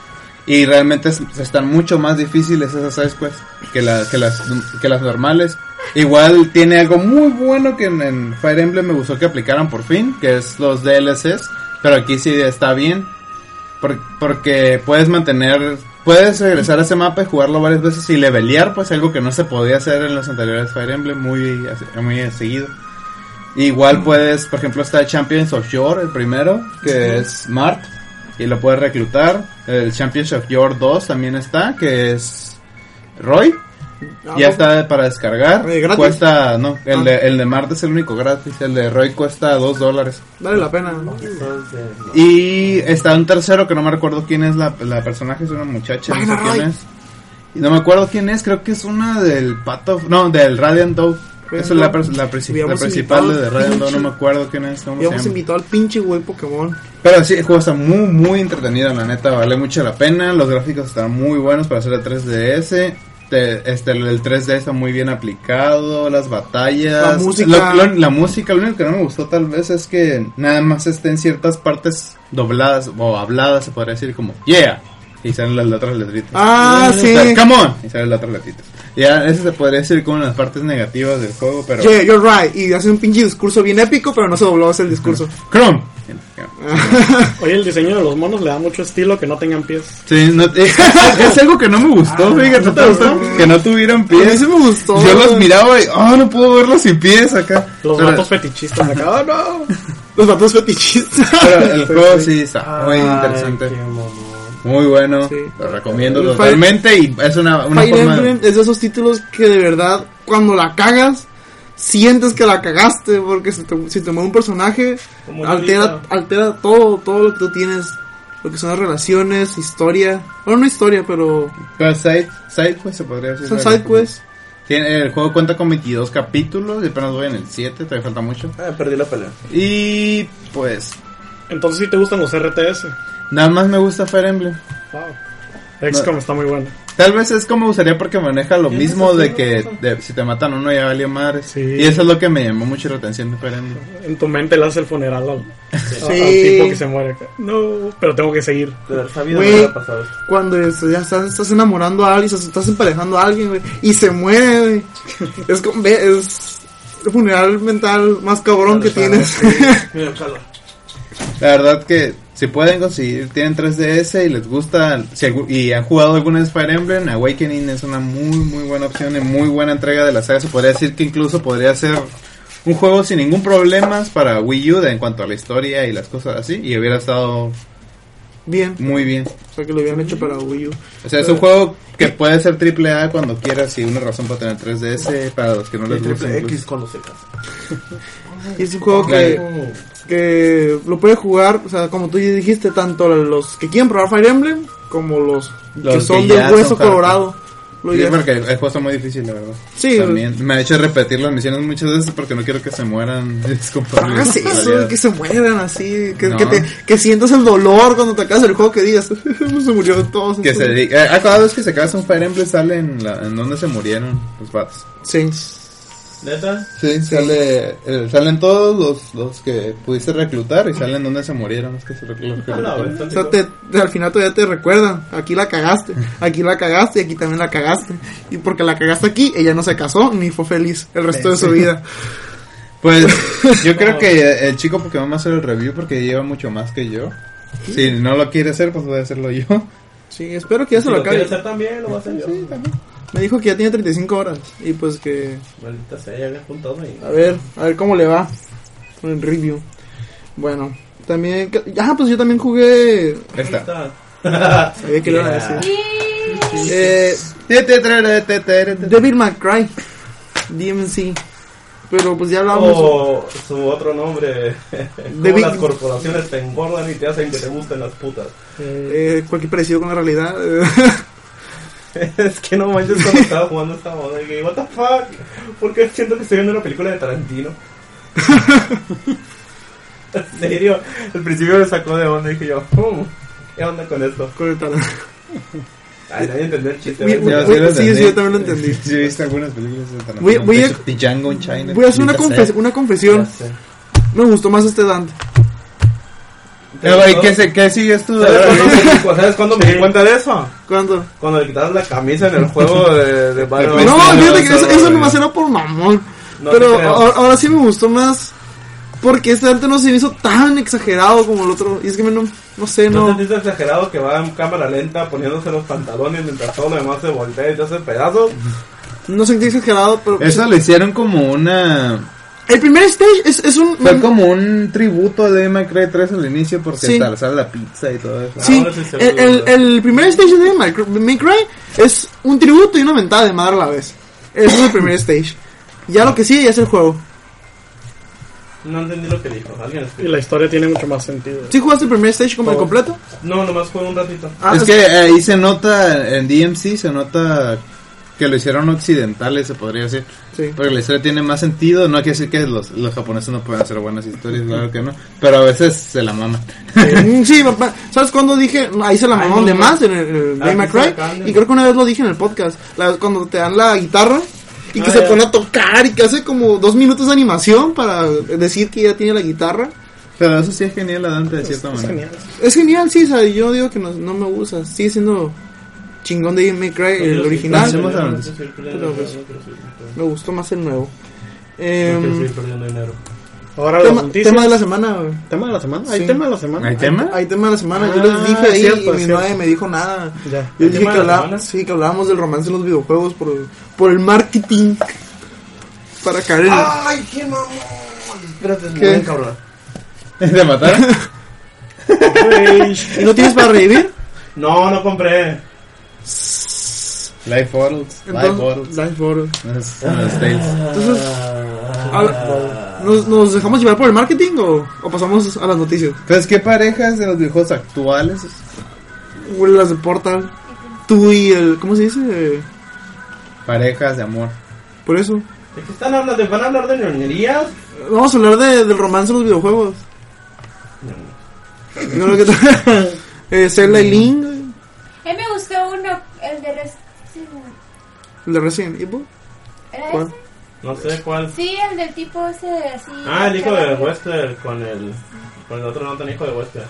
Speaker 9: Y realmente es- están mucho más difíciles esas side quests que, la- que, las, que las normales. Igual tiene algo muy bueno que en, en Fire Emblem me gustó que aplicaran por fin, que es los DLCs. Pero aquí sí está bien. Por- porque puedes mantener, puedes regresar a ese mapa y jugarlo varias veces y levelear, pues algo que no se podía hacer en los anteriores Fire Emblem muy, as- muy seguido. Igual puedes, por ejemplo, está Champions of Shore, el primero, que es Mart, y lo puedes reclutar. El Championship Your 2 también está, que es Roy.
Speaker 6: Ah,
Speaker 9: ya
Speaker 6: pues,
Speaker 9: está para descargar.
Speaker 6: Eh, gratis.
Speaker 9: Cuesta, no, el,
Speaker 6: Ah.
Speaker 9: de, el de Marte es el único gratis. El de Roy cuesta 2 dólares.
Speaker 6: Vale la pena. ¿no?
Speaker 4: Entonces, no.
Speaker 9: Y está un tercero que no me recuerdo quién es la, la personaje, es una muchacha, no
Speaker 6: Vaya,
Speaker 9: sé quién
Speaker 6: Roy.
Speaker 9: es. Y no me acuerdo quién es, creo que es una del Pato, no, del Radiant Dove.
Speaker 6: Radiant
Speaker 9: Esa es la,
Speaker 6: Dove.
Speaker 9: pers- la, princip- la
Speaker 6: Habíamos
Speaker 9: principal
Speaker 6: invitado
Speaker 9: de
Speaker 6: al
Speaker 9: Radiant Dove, no
Speaker 6: pinche-
Speaker 9: me acuerdo quién es, cómo se
Speaker 6: Habíamos
Speaker 9: llama.
Speaker 6: invitado al pinche güey Pokémon.
Speaker 9: Pero sí, el juego está muy, muy entretenido, la neta, vale mucho la pena. Los gráficos están muy buenos para hacer el 3DS. Te- este, el 3D está muy bien aplicado, las batallas.
Speaker 6: La música.
Speaker 9: Lo, lo- la música, lo único que no me gustó tal vez es que nada más esté en ciertas partes dobladas o habladas, se podría decir como, yeah. Y salen las, las otras letritas.
Speaker 6: Ah, sí.
Speaker 9: O sea, Come on. Y salen las otras letritas. Ya, eso se podría decir como las partes negativas del juego, pero...
Speaker 6: Yeah, you're right. Y hace un pinche discurso bien épico, pero no se dobló ese el discurso.
Speaker 9: Chrome.
Speaker 5: Oye, el diseño de los monos le da mucho estilo que no tengan pies.
Speaker 9: Sí, no- es, es algo que no me gustó,
Speaker 6: Ah,
Speaker 9: fíjate, ¿no te gustó? Que no tuvieran
Speaker 6: A mí
Speaker 9: pies.
Speaker 6: sí me gustó.
Speaker 9: Yo los miraba y, oh, no puedo verlos sin pies acá.
Speaker 5: Los
Speaker 9: Pero-
Speaker 5: gatos fetichistas de acá. ¡Ah, no!
Speaker 6: Los vatos fetichistas.
Speaker 9: pero el juego sí está muy
Speaker 4: Ay,
Speaker 9: interesante,
Speaker 4: qué mamón.
Speaker 9: muy bueno,
Speaker 6: Ah, Sí.
Speaker 9: lo recomiendo
Speaker 6: Fire-
Speaker 9: totalmente y es una, una
Speaker 6: Fire
Speaker 9: forma
Speaker 6: Emblem es de esos títulos que de verdad, cuando la cagas, sientes que la cagaste, porque si te, si te muere un personaje,
Speaker 4: Como
Speaker 6: altera,
Speaker 4: Lolita.
Speaker 6: altera todo, todo lo que tú tienes, lo que son las relaciones, historia. Bueno, no historia, pero
Speaker 9: Pero side, side quest se podría decir.
Speaker 6: son side quests.
Speaker 9: Tiene- el juego cuenta con 22 capítulos y apenas voy en el 7, todavía falta mucho.
Speaker 4: Ah, perdí la pelea.
Speaker 9: Y pues,
Speaker 5: Entonces sí te gustan los RTS.
Speaker 9: nada más me gusta Fire Emblem.
Speaker 5: Wow. XCOM está muy bueno.
Speaker 9: Tal vez es como gustaría porque maneja lo
Speaker 4: Tienes
Speaker 9: mismo de
Speaker 4: razón,
Speaker 9: que
Speaker 4: tienes razón.
Speaker 9: de- si te matan uno ya valió madre.
Speaker 5: Sí.
Speaker 9: Y eso es lo que me llamó mucho la atención de Fire Emblem.
Speaker 5: En tu mente le haces el funeral al,
Speaker 6: Sí.
Speaker 5: al tipo que se muere. No, pero tengo que seguir.
Speaker 4: De haber sabido
Speaker 6: Güey.
Speaker 4: me hubiera pasado esto.
Speaker 6: Cuando es- ya estás, estás enamorando a alguien, estás emparejando a alguien, güey, y se muere, güey. Es, con- ve- es el funeral mental más cabrón que tienes.
Speaker 4: Mira, calor.
Speaker 9: La verdad que si pueden conseguir, tienen 3DS y les gusta si algu- y han jugado alguna vez Fire Emblem, Awakening es una muy muy buena opción y muy buena entrega de la saga. Se podría decir que incluso podría ser un juego sin ningún problema para Wii U de- en cuanto a la historia y las cosas así y hubiera estado
Speaker 6: Bien,
Speaker 9: muy bien.
Speaker 6: o sea que lo habían hecho para Wii U.
Speaker 9: O sea, es un juego que puede ser triple A cuando quieras y una razón para tener 3DS para los que no les pues.
Speaker 4: El
Speaker 9: gusta.
Speaker 4: triple
Speaker 9: incluso.
Speaker 4: X cuando se casa.
Speaker 6: Y es un juego que, que lo puede jugar, o sea, como tú ya dijiste, tanto los que quieren probar Fire Emblem como los,
Speaker 9: Los
Speaker 6: que son
Speaker 9: que
Speaker 6: de
Speaker 9: ya
Speaker 6: hueso
Speaker 9: son hardcore.
Speaker 6: colorado. Lo
Speaker 9: Sí,
Speaker 6: ya-
Speaker 9: porque el juego está muy difícil, la verdad.
Speaker 6: Sí,
Speaker 9: También me ha hecho repetir las misiones muchas veces porque no quiero que se mueran
Speaker 6: no
Speaker 9: descomponibles.
Speaker 6: hagas eso, Ah, que se mueran así, que,
Speaker 9: No.
Speaker 6: que, te, que sientas el dolor cuando te acabas el juego, que digas, se murió todos.
Speaker 9: Que se
Speaker 6: estos".
Speaker 9: dedica. eh, ah, cada vez que se casa un Fire Emblem sale en, la, en donde se murieron los vatos.
Speaker 6: Sí.
Speaker 4: ¿Neta?
Speaker 9: Sí, sale, eh, salen todos los, los que pudiste reclutar y salen donde se murieron. Es que se reclu- los que
Speaker 4: A Ah, la
Speaker 9: reclutaron.
Speaker 4: vez,
Speaker 6: O sea, te- te- al final todavía te recuerdan, aquí la cagaste, aquí la cagaste y aquí también la cagaste. Y porque la cagaste aquí, ella no se casó ni fue feliz el resto de su vida.
Speaker 9: Pues yo creo que el chico Pokémon va a hacer el review porque lleva mucho más que yo. Si no lo quiere hacer, pues voy a hacerlo yo.
Speaker 6: Sí, espero que ya
Speaker 4: Si
Speaker 6: se
Speaker 4: lo
Speaker 6: lo acabe.
Speaker 4: quiere hacer también, lo va a hacer yo.
Speaker 6: Me dijo que ya tiene 35 horas y pues que
Speaker 4: Maldita sea, ya había juntado ahí.
Speaker 6: a ver, a ver cómo le va con el review. Bueno, también que- ah, pues yo también jugué,
Speaker 9: Ahí
Speaker 4: Ahí
Speaker 9: está.
Speaker 4: está.
Speaker 6: sabía que lo iba a
Speaker 4: Yeah.
Speaker 6: decir. Eh, Devil May Cry DMC. Pero pues ya hablamos
Speaker 4: O su otro nombre. Como
Speaker 6: Big-
Speaker 4: las corporaciones te engordan y te hacen que te gusten las putas.
Speaker 6: eh, cualquier parecido con la realidad. eh,
Speaker 4: es que no manches cuando estaba jugando esta moda. Dije, what the fuck? ¿Por qué siento que estoy viendo una película de Tarantino? en serio, al principio me sacó de onda y dije yo, "Hmm, ¿qué onda con esto?
Speaker 6: con el talento.
Speaker 4: Ay, nadie entendió el chiste.
Speaker 6: Mi-
Speaker 4: ¿verdad?
Speaker 6: mi- Güey, sí, sí, yo también lo entendí.
Speaker 9: Sí, he visto algunas películas de Tarantino.
Speaker 6: Voy- voy
Speaker 9: De
Speaker 6: a-
Speaker 9: hecho, de Django en China.
Speaker 6: Voy a hacer una,
Speaker 9: Maldita
Speaker 6: confes-
Speaker 9: sea.
Speaker 6: una
Speaker 4: Ya
Speaker 6: confesión.
Speaker 4: sé.
Speaker 6: Me gustó más este Dante.
Speaker 9: Eh, güey, ¿qué, se- qué sigues tú?
Speaker 4: ¿Sabes cuándo me di cu- ¿Sabes cuándo me di cuenta de eso?
Speaker 6: ¿Cuándo?
Speaker 4: Cuando le quitabas la camisa en el juego de, de Battle
Speaker 9: Pues
Speaker 6: no,
Speaker 9: sí,
Speaker 6: fíjate
Speaker 9: no,
Speaker 6: que eso,
Speaker 9: no,
Speaker 6: eso
Speaker 9: no,
Speaker 6: nomás
Speaker 9: no.
Speaker 6: era por mamón.
Speaker 4: No te
Speaker 6: Pero
Speaker 4: creo.
Speaker 6: ahora, ahora sí me gustó más. Porque este arte no se me hizo tan exagerado como el otro. Y es que me no, no sé,
Speaker 4: ¿No
Speaker 6: no.
Speaker 4: sentiste exagerado que va en cámara lenta poniéndose los pantalones mientras todo lo demás se voltea y te hace pedazos?
Speaker 6: No sentí exagerado, pero.
Speaker 9: Eso lo hicieron como una.
Speaker 6: El primer stage es, es un...
Speaker 9: Fue como un tributo de Minecraft 3 al inicio porque
Speaker 6: Mm. Sí.
Speaker 9: hasta sale la pizza y todo eso.
Speaker 6: Sí,
Speaker 4: Ahora sí se
Speaker 6: el, el,
Speaker 4: puede.
Speaker 6: el primer stage de May Cry- May Cry es un tributo y una mentada de madre a la vez. Eso es el primer stage. Ya lo que sigue ya es el juego.
Speaker 4: No entendí lo que dijo. Alguien
Speaker 5: Y
Speaker 4: explica.
Speaker 5: la historia tiene mucho más sentido.
Speaker 6: ¿Sí jugaste el primer stage
Speaker 4: Oh.
Speaker 6: como el
Speaker 5: Todo.
Speaker 6: completo?
Speaker 4: No, nomás fue un ratito.
Speaker 6: Ah,
Speaker 9: es que eh, ahí se nota, en DMC se nota que lo hicieron occidentales, se podría decir.
Speaker 6: Sí.
Speaker 9: Porque la historia tiene más sentido. No quiere decir que los, los japoneses no pueden hacer buenas historias, claro que no. Pero a veces se la maman.
Speaker 6: Mm, sí, papá. ¿Sabes cuándo dije? Ahí se la
Speaker 4: Ay,
Speaker 6: mamaron
Speaker 4: no,
Speaker 6: de
Speaker 4: no.
Speaker 6: más en el, el
Speaker 4: Ah,
Speaker 6: May
Speaker 4: que
Speaker 6: May
Speaker 4: se
Speaker 6: Cry,
Speaker 4: la acaban de-
Speaker 6: Y creo que una vez lo dije en el podcast. la- cuando te dan la guitarra y que
Speaker 4: Ah,
Speaker 6: se
Speaker 4: ya.
Speaker 6: pone a tocar y que hace como dos minutos de animación para decir que ya tiene la guitarra.
Speaker 9: Pero eso sí es genial, Dante, de cierta
Speaker 5: Es
Speaker 9: manera.
Speaker 5: genial.
Speaker 6: Es genial, sí, o sea, yo digo que no, no me gusta. Sigue siendo chingón de May Cry, el
Speaker 4: Yo sí.
Speaker 6: original.
Speaker 4: Yo
Speaker 9: Pasemos a-
Speaker 4: no quiero seguir perdiendo
Speaker 6: Pero, pues,
Speaker 4: dinero, no quiero seguir-
Speaker 6: Me gustó más el nuevo.
Speaker 4: no
Speaker 6: Em,
Speaker 4: quiero seguir perdiendo dinero.
Speaker 5: Ahora las
Speaker 6: tema,
Speaker 5: noticias.
Speaker 6: tema de la semana, güey.
Speaker 5: Tema de la semana. Hay
Speaker 6: Sí.
Speaker 5: tema de la semana.
Speaker 9: ¿Hay tema?
Speaker 6: Hay tema de la semana,
Speaker 5: Ah,
Speaker 6: yo les dije ahí
Speaker 5: cierto,
Speaker 6: y mi
Speaker 5: cierto.
Speaker 6: madre me dijo nada.
Speaker 5: Ya.
Speaker 6: Yo
Speaker 4: ¿El
Speaker 6: dije que,
Speaker 4: tema de la
Speaker 6: hablaba-
Speaker 4: semana?
Speaker 6: sí, que hablábamos del romance en los videojuegos por, por el marketing. Para caer en el-
Speaker 4: ¡Ay, qué mamón! Espérate,
Speaker 6: ¿Qué?
Speaker 4: me voy a encabronar.
Speaker 9: ¿Te mataron?
Speaker 6: ¿Y no tienes para revivir?
Speaker 4: No, no compré.
Speaker 9: Life Bottles. Life Bottles. Ah.
Speaker 6: Life Photos.
Speaker 9: Es uno de los tales.
Speaker 6: Entonces, habla- ¿nos, ¿nos dejamos llevar por el marketing o, o pasamos a las noticias?
Speaker 9: Entonces, ¿qué parejas de los videojuegos actuales?
Speaker 6: O Las de Portal. Tú y el... ¿Cómo se dice?
Speaker 9: Parejas de amor.
Speaker 6: Por eso.
Speaker 4: ¿De qué están hablando? ¿Van a hablar de ñoñerías?
Speaker 6: Vamos a hablar de, del romance en los videojuegos. No, lo que tra- eh, Zelda y Link,
Speaker 8: A mí me gustó uno, el de Resident
Speaker 6: el de Resident Evil.
Speaker 8: ¿Era
Speaker 6: ¿Cuál?
Speaker 8: ese?
Speaker 4: No
Speaker 6: Pues,
Speaker 4: sé cuál.
Speaker 8: Sí, el del tipo ese de así.
Speaker 4: Ah, el hijo de
Speaker 8: chaval.
Speaker 4: Wester con el. Con el otro no tan hijo de Wester.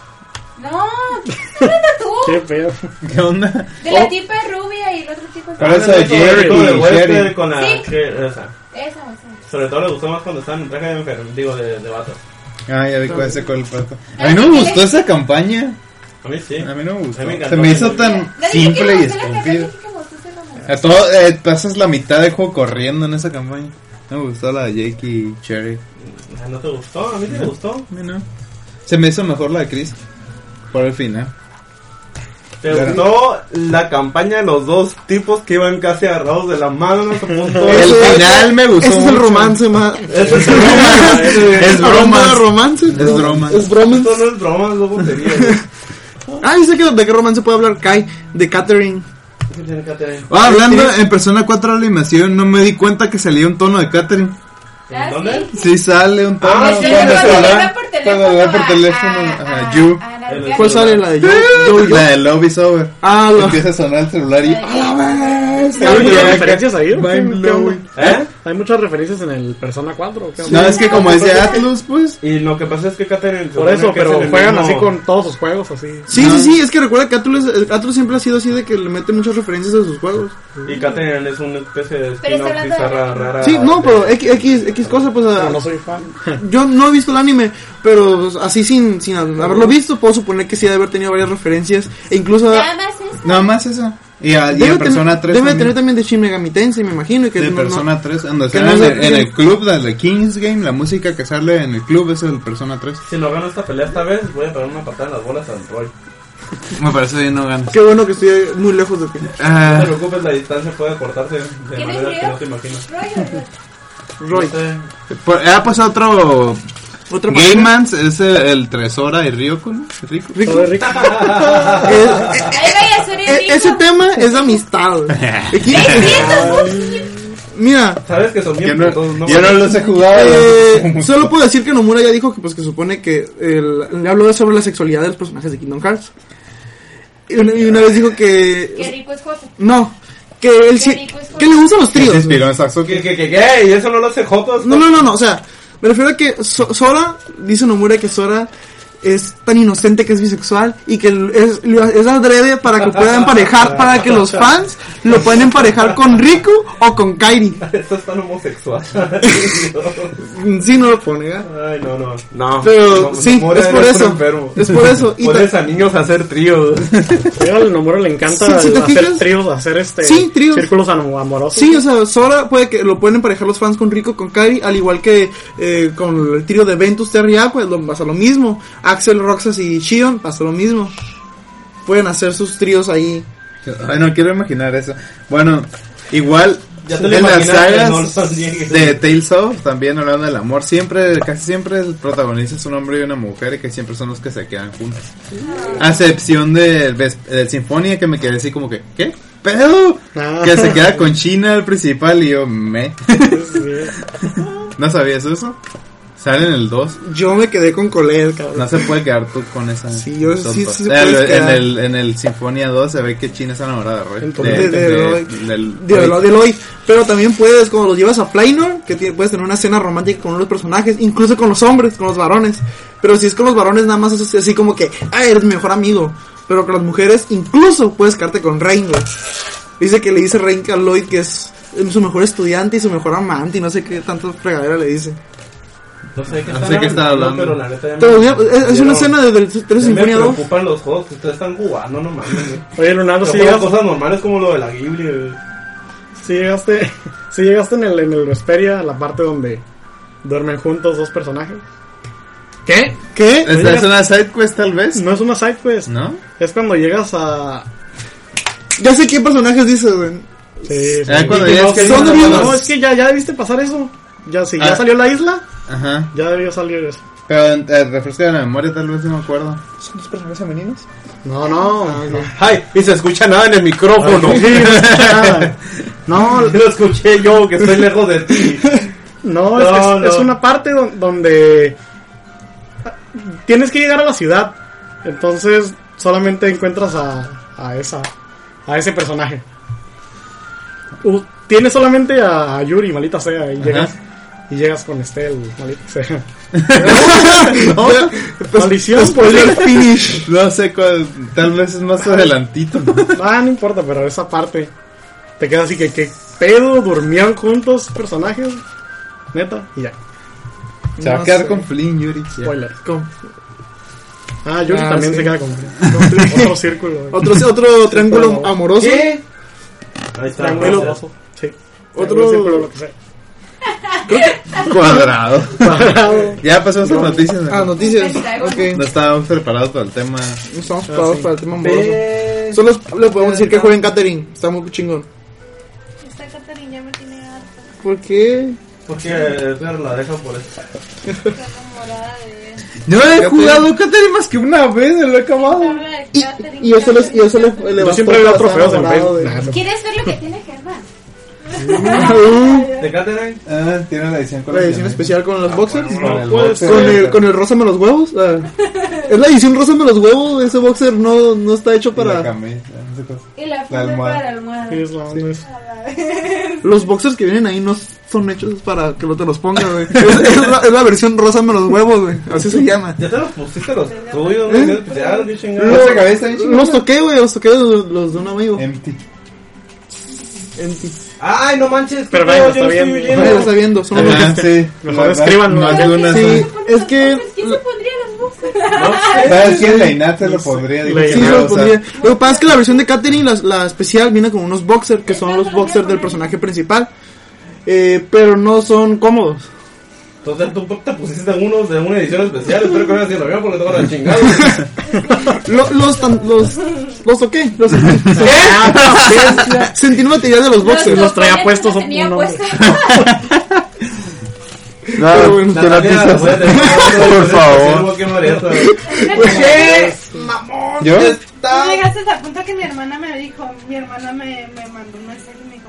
Speaker 8: No, ¿qué estás hablando tú?
Speaker 5: Qué pedo.
Speaker 9: ¿Qué onda?
Speaker 8: De
Speaker 6: Oh.
Speaker 8: la tipa rubia y el otro tipo.
Speaker 9: Pero eso
Speaker 4: Ah,
Speaker 9: de
Speaker 4: el hijo de
Speaker 9: Jerry.
Speaker 4: Wester
Speaker 9: Jerry.
Speaker 4: con la.
Speaker 8: Sí.
Speaker 4: que- esa.
Speaker 8: Esa, esa.
Speaker 4: Sobre todo le gustó más cuando estaban en traje de enfermo, digo, de, de vato.
Speaker 9: Ah, ya vi cuál es el pato. A mí no me gustó esa campaña.
Speaker 4: A mí sí.
Speaker 9: A mí no me gustó.
Speaker 4: A mí me
Speaker 9: Se
Speaker 4: encantó.
Speaker 9: me hizo
Speaker 8: No
Speaker 9: tan
Speaker 8: dije que
Speaker 9: simple y
Speaker 8: me gustó la canción,
Speaker 9: estúpido.
Speaker 8: dije que me gustó ese romance.
Speaker 9: A todo, eh, pasas la mitad del juego corriendo en esa campaña. No me gustó la de Jake y Cherry.
Speaker 4: Ah, ¿No te gustó? A mí sí me gustó.
Speaker 9: A mí no. Se me hizo mejor la de Chris. Por el final.
Speaker 4: ¿Te
Speaker 9: Claro.
Speaker 4: gustó la campaña de los dos tipos que iban casi agarrados de la mano en ese punto?
Speaker 9: El
Speaker 6: Ese-
Speaker 9: final me gustó.
Speaker 6: Ese es el
Speaker 9: mucho.
Speaker 6: romance más.
Speaker 4: Eso es broma.
Speaker 9: Pues Es
Speaker 6: Hablando
Speaker 9: broma.
Speaker 6: de romance.
Speaker 9: Es broma.
Speaker 6: Es broma.
Speaker 4: Esto no es broma, es lobotería. ¿Qué
Speaker 6: Ah, yo sé que de qué romance puede hablar Kai. De Catherine.
Speaker 4: tiene que tener?
Speaker 9: Ah, hablando en Persona 4 la animación, no me di cuenta que salía un tono de Catherine.
Speaker 8: Ah, sí.
Speaker 4: ¿Dónde?
Speaker 9: Sí sale un tono.
Speaker 4: Ah, sí,
Speaker 9: cuando
Speaker 4: cuando
Speaker 9: se
Speaker 4: le
Speaker 9: habla- cuando le habla por
Speaker 8: a-
Speaker 9: teléfono.
Speaker 8: a-
Speaker 9: ajá,
Speaker 8: a-
Speaker 9: you.
Speaker 8: a la-
Speaker 4: El-
Speaker 6: ¿Cuál sale la de yo? yo, yo?
Speaker 9: La de Love is Over.
Speaker 6: Ah, la-
Speaker 9: Empieza a sonar el celular y... ¡Ah, la bestia!
Speaker 5: ¿Hay muchas referencias ahí? ¿o qué-
Speaker 9: Mind
Speaker 5: qué onda?
Speaker 9: blowing.
Speaker 4: ¿Eh?
Speaker 5: Hay muchas referencias en el Persona 4. ¿o qué
Speaker 9: No,
Speaker 5: onda?
Speaker 9: es que como es de Atlus, pues...
Speaker 4: Y lo que pasa es que Katherine.
Speaker 5: Por eso, pero juegan así con todos sus juegos, así.
Speaker 6: Sí,
Speaker 9: Ah.
Speaker 6: sí, sí, es que recuerda que Atlus, eh, Atlus siempre ha sido así de que le mete muchas referencias a sus juegos.
Speaker 4: Y Katherine es una especie de
Speaker 8: Pero está
Speaker 4: spin-off
Speaker 8: hablando de-
Speaker 4: bizarra
Speaker 9: Ah,
Speaker 4: rara.
Speaker 6: Sí, no,
Speaker 4: de-
Speaker 6: pero X, X, X cosa, pues a-
Speaker 5: Pero no soy fan.
Speaker 6: yo no he visto el anime, pero pues, así sin, sin haberlo visto, puedo suponer que sí debe haber tenido varias referencias. E incluso
Speaker 8: Nada más eso.
Speaker 9: Nada más eso. Y, a- y en Persona 3
Speaker 6: debe
Speaker 9: también.
Speaker 6: tener también de Shin Megami Tensei, me imagino. y Que
Speaker 9: de
Speaker 6: no- no-
Speaker 9: Persona 3, cuando
Speaker 6: que
Speaker 9: están
Speaker 6: no
Speaker 9: en,
Speaker 6: es
Speaker 9: el,
Speaker 6: de-
Speaker 9: en el club de la Kings Game, la música que sale en el club es el Persona 3.
Speaker 4: Si no gano esta pelea esta vez, voy a pegar una patada en las bolas al Roy.
Speaker 9: Me parece bien, no gano.
Speaker 6: Qué bueno que estoy muy lejos de ti.
Speaker 4: No te
Speaker 9: Ah,
Speaker 4: preocupes, la distancia puede cortarse de
Speaker 8: ¿Quién
Speaker 4: manera que no te
Speaker 8: escribió?
Speaker 4: imaginas.
Speaker 8: Roy o Roy?
Speaker 6: Roy.
Speaker 4: No sé.
Speaker 9: por- ah, pues otro
Speaker 6: Otra
Speaker 9: Game
Speaker 6: página.
Speaker 9: Mans es el, el Tresora y Ryoko, ¿no? Rico.
Speaker 6: Ricky.
Speaker 5: Todo es rico.
Speaker 6: Es- eh,
Speaker 8: Ahí vaya, Suri
Speaker 6: eh,
Speaker 8: Rico.
Speaker 6: ese tema es de amistad. güey. Aquí- Mira,
Speaker 4: Sabes que son
Speaker 9: Yo
Speaker 4: bien
Speaker 9: no,
Speaker 4: putos, ¿no?
Speaker 9: yo no los he jugado.
Speaker 6: eh, solo puedo decir que Nomura ya dijo que pues que supone que el- le habló sobre la sexualidad de los personajes de Kingdom Hearts. Y una, y una vez dijo
Speaker 8: Qué
Speaker 6: que
Speaker 8: rico es Jota.
Speaker 6: no, que él sí-
Speaker 8: rico es
Speaker 6: que le gustan los
Speaker 9: Se
Speaker 6: tríos. güey.
Speaker 9: inspiró en Sasuke.
Speaker 4: ¿Qué, qué, qué, qué? ¿Y eso no lo hace Jotos?
Speaker 6: No, no, no, no, o sea, me refiero a que So- Sora, dice Nomura que Sora es tan inocente que es bisexual y que es, es adrede para que pueda emparejar, para que los fans lo pueden emparejar con Riku o con Kairi.
Speaker 4: Esto es tan homosexual.
Speaker 6: Sí, no lo pone, ¿eh?
Speaker 4: Ay, no, no. No.
Speaker 6: Pero
Speaker 4: No,
Speaker 6: sí,
Speaker 4: Nomura
Speaker 6: es por
Speaker 4: eres un
Speaker 6: eso.
Speaker 4: enfermo.
Speaker 6: Es por eso. Y ta-
Speaker 4: Pones a niños a hacer tríos.
Speaker 5: Yo al Nomura le encanta
Speaker 6: Sí, si te
Speaker 5: hacer
Speaker 6: fijas-
Speaker 5: tríos, hacer este
Speaker 6: Sí, tríos.
Speaker 5: círculos am- amorosos.
Speaker 6: Sí, o sea, Sora puede que lo pueden emparejar los fans con Rico, con Kairi, al igual que eh, con el trío de Ventus, Terry y Aqua, lo- pasa lo mismo. Axel, Roxas y Shion, pasa lo mismo. Pueden hacer sus tríos ahí.
Speaker 9: Ay, no quiero imaginar eso. Bueno, igual
Speaker 4: Ya te lo
Speaker 9: en las
Speaker 4: imaginas,
Speaker 9: sagas
Speaker 4: no lo niegues.
Speaker 9: de Tales of, también hablando del amor, siempre, casi siempre el protagonista es un hombre y una mujer y que siempre son los que se quedan juntos. A excepción del, ves- del Sinfonía que me quedé así como que, ¿qué? ¡Pedo!
Speaker 5: Ah.
Speaker 9: Que se queda con China el principal y yo, me.
Speaker 5: Sí.
Speaker 9: ¿No sabías eso? Sale en el 2.
Speaker 6: Yo me quedé con Colette, cabrón.
Speaker 9: No se puede quedar tú con esa.
Speaker 6: Sí, yo- sí, sí se
Speaker 9: tonta.
Speaker 6: puede
Speaker 9: En el- en,
Speaker 6: quedar.
Speaker 9: el, en el Sinfonía 2 se ve que China está enamorada eh, de Roy.
Speaker 6: de, de, Eloy.
Speaker 9: del-
Speaker 6: De Eloy, de Eloy. Pero también puedes, cuando los llevas a Playnor, que tiene- puedes tener una escena romántica con los personajes, incluso con los hombres, con los varones. Pero si es con los varones, nada más es así- así como que, ah, eres mi mejor amigo. Pero con las mujeres, incluso puedes quedarte con Rain, güey. Dice que le dice Rain que a Lloyd que es su mejor estudiante y su mejor amante, y no sé qué tanta fregadera le dice.
Speaker 4: No sé qué
Speaker 9: No sé qué están hablando.
Speaker 4: Pero la neta ya me-
Speaker 6: Pero mira, es, es una
Speaker 4: Pero-
Speaker 6: escena de, del
Speaker 4: ya
Speaker 6: 3
Speaker 4: Me
Speaker 6: Sinfonía 2.
Speaker 4: preocupan los juegos que ustedes están jugando, no mames. güey.
Speaker 5: Oye, Lunardo,
Speaker 4: Pero
Speaker 5: si
Speaker 4: juegan
Speaker 5: llegas,
Speaker 4: cosas normales como lo de la Ghibli. güey.
Speaker 5: si llegaste, si llegaste en el, en el Vesperia, a la parte donde duermen juntos dos personajes.
Speaker 6: ¿Qué? ¿Qué?
Speaker 9: ¿Esta es una side quest tal vez?
Speaker 5: No es una side quest,
Speaker 9: ¿No?
Speaker 5: es cuando llegas a...
Speaker 6: Ya sé qué personajes dices, güey.
Speaker 5: Sí, sí.
Speaker 9: Ah, cuando
Speaker 5: Y
Speaker 9: ya
Speaker 5: no,
Speaker 9: es que-
Speaker 5: son
Speaker 6: no,
Speaker 5: de-
Speaker 6: no,
Speaker 5: no, es que ya, ya debiste pasar eso. Ya, si ya
Speaker 9: Ah.
Speaker 5: salió la isla,
Speaker 9: Ajá.
Speaker 5: ya debió salir eso.
Speaker 9: Pero eh, refresca la memoria, tal vez no me acuerdo.
Speaker 6: ¿Son dos personajes femeninos?
Speaker 5: No, no, no.
Speaker 4: Ay, y se escucha nada en el micrófono.
Speaker 5: Sí, Ah, no escuché nada. No,
Speaker 4: Lo escuché yo, que estoy lejos de ti.
Speaker 5: No,
Speaker 4: No,
Speaker 5: es, es-
Speaker 4: no.
Speaker 5: es una parte don- donde tienes que llegar a la ciudad. Entonces solamente encuentras a, a esa a ese personaje. U- tienes solamente a, a Yuri, malita sea, y llegas y llegas con Estel, malita sea. Pues, Maldición, spoiler.
Speaker 6: Finish.
Speaker 9: No sé cuál. Tal vez es más adelantito.
Speaker 5: Ah, no importa, pero esa parte te queda así que qué pedo, durmieron juntos personajes. Neta, y ya,
Speaker 9: Se va
Speaker 6: No
Speaker 9: a quedar
Speaker 6: sé.
Speaker 9: con Flynn, Yuri.
Speaker 5: spoiler.
Speaker 6: Con-
Speaker 5: Ah, Yuri
Speaker 6: Ah,
Speaker 5: también
Speaker 6: sí.
Speaker 5: se queda con, con otro círculo. güey.
Speaker 6: Otro, otro triángulo amoroso.
Speaker 4: Ahí está.
Speaker 5: Triángulo.
Speaker 4: gracias.
Speaker 5: Sí.
Speaker 6: Otro-
Speaker 5: círculo, lo que sea.
Speaker 9: Cuadrado. ya pasamos a las noticias.
Speaker 6: Ah,
Speaker 9: No,
Speaker 6: noticias.
Speaker 7: Pentágono.
Speaker 6: Ok.
Speaker 9: no estábamos preparados para el tema.
Speaker 6: No estamos
Speaker 5: Ah,
Speaker 6: preparados para el tema amoroso.
Speaker 4: Ve-
Speaker 6: Solo le podemos decir que jueguen Catherine. Está muy chingón.
Speaker 8: Esta Catarina ya me tiene harta.
Speaker 6: ¿Por qué?
Speaker 4: Porque eh, Edgar la deja por eso.
Speaker 8: Estoy enamorada de él.
Speaker 9: No he jugado Katari más que una vez, lo he acabado.
Speaker 8: Habla de
Speaker 6: Oh, Y,
Speaker 8: Catherine,
Speaker 6: y yo solo,
Speaker 8: Catherine,
Speaker 6: yo solo
Speaker 8: Catherine.
Speaker 6: le
Speaker 5: Yo
Speaker 6: bastó
Speaker 5: siempre veo
Speaker 6: para
Speaker 5: trofeos
Speaker 6: estar
Speaker 5: en
Speaker 6: enamorado
Speaker 5: Facebook.
Speaker 6: de-
Speaker 5: Nah, no.
Speaker 8: ¿Quieres ver lo que tiene Germán?
Speaker 4: ¿De Catherine?
Speaker 9: Ah, tiene la edición
Speaker 6: La edición
Speaker 9: coleccionista.
Speaker 6: especial con los boxers.
Speaker 9: Con el
Speaker 5: puede
Speaker 9: boxer.
Speaker 6: Con el, con el rózame los huevos. ah. Es la edición rózame los huevos. Ese boxer no, no está hecho
Speaker 9: Y la
Speaker 6: para.
Speaker 9: camisa, no sé cómo.
Speaker 7: Y la
Speaker 9: La
Speaker 7: funda
Speaker 9: almohada.
Speaker 7: para la almohada.
Speaker 5: Sí, es la onda esa.
Speaker 6: Los boxers que vienen ahí no son hechos para que no te los pongas, güey. Es, es la, es la versión rózame los huevos, güey. Así se llama.
Speaker 4: Ya te los pusiste los tuyos, ¿no? Pues Ya, qué chingada.
Speaker 9: Esa cabeza bien chingona.
Speaker 6: Los toqué, güey. Los toqué los, los de un amigo.
Speaker 9: Empty.
Speaker 6: Empty.
Speaker 4: Ay, no manches.
Speaker 5: Pero
Speaker 4: qué
Speaker 5: venga,
Speaker 4: pedo,
Speaker 5: está
Speaker 4: yo no
Speaker 5: bien.
Speaker 4: estoy
Speaker 6: Nadie lo
Speaker 4: huyendo.
Speaker 6: está viendo. Son los
Speaker 9: Ajá, sí.
Speaker 5: Mejor
Speaker 9: La-
Speaker 5: escriban,
Speaker 9: más de
Speaker 5: ¿no?
Speaker 9: una.
Speaker 6: Sí, es que.
Speaker 8: ¿Quién se pondría los boxers?
Speaker 9: ¿Sabes quién? La Inat se lo podría
Speaker 5: Sí,
Speaker 9: decir,
Speaker 6: Sí,
Speaker 9: o
Speaker 6: lo
Speaker 9: sea,
Speaker 6: pondría. Lo que pasa es que la versión de Katherine, la, la especial, viene con unos boxers que son los boxers del personaje principal. eh, pero no son cómodos.
Speaker 4: Entonces tú te pusiste unos de una edición especial. Espero que no hagas lo mismo porque te van a chingar.
Speaker 6: Lo- los, tan- los, los toqué. Los,
Speaker 9: Ah,
Speaker 6: Sentí el material de pues, los boxers.
Speaker 5: los traía
Speaker 7: Oye,
Speaker 5: puestos
Speaker 7: los tenía
Speaker 5: un hombre.
Speaker 7: puestos.
Speaker 6: Pero bueno,
Speaker 9: Te la pisas. Por favor. ¿Yo?
Speaker 7: Tú llegaste al punto que mi hermana me dijo, mi hermana me, me mandó un mensaje y me dijo,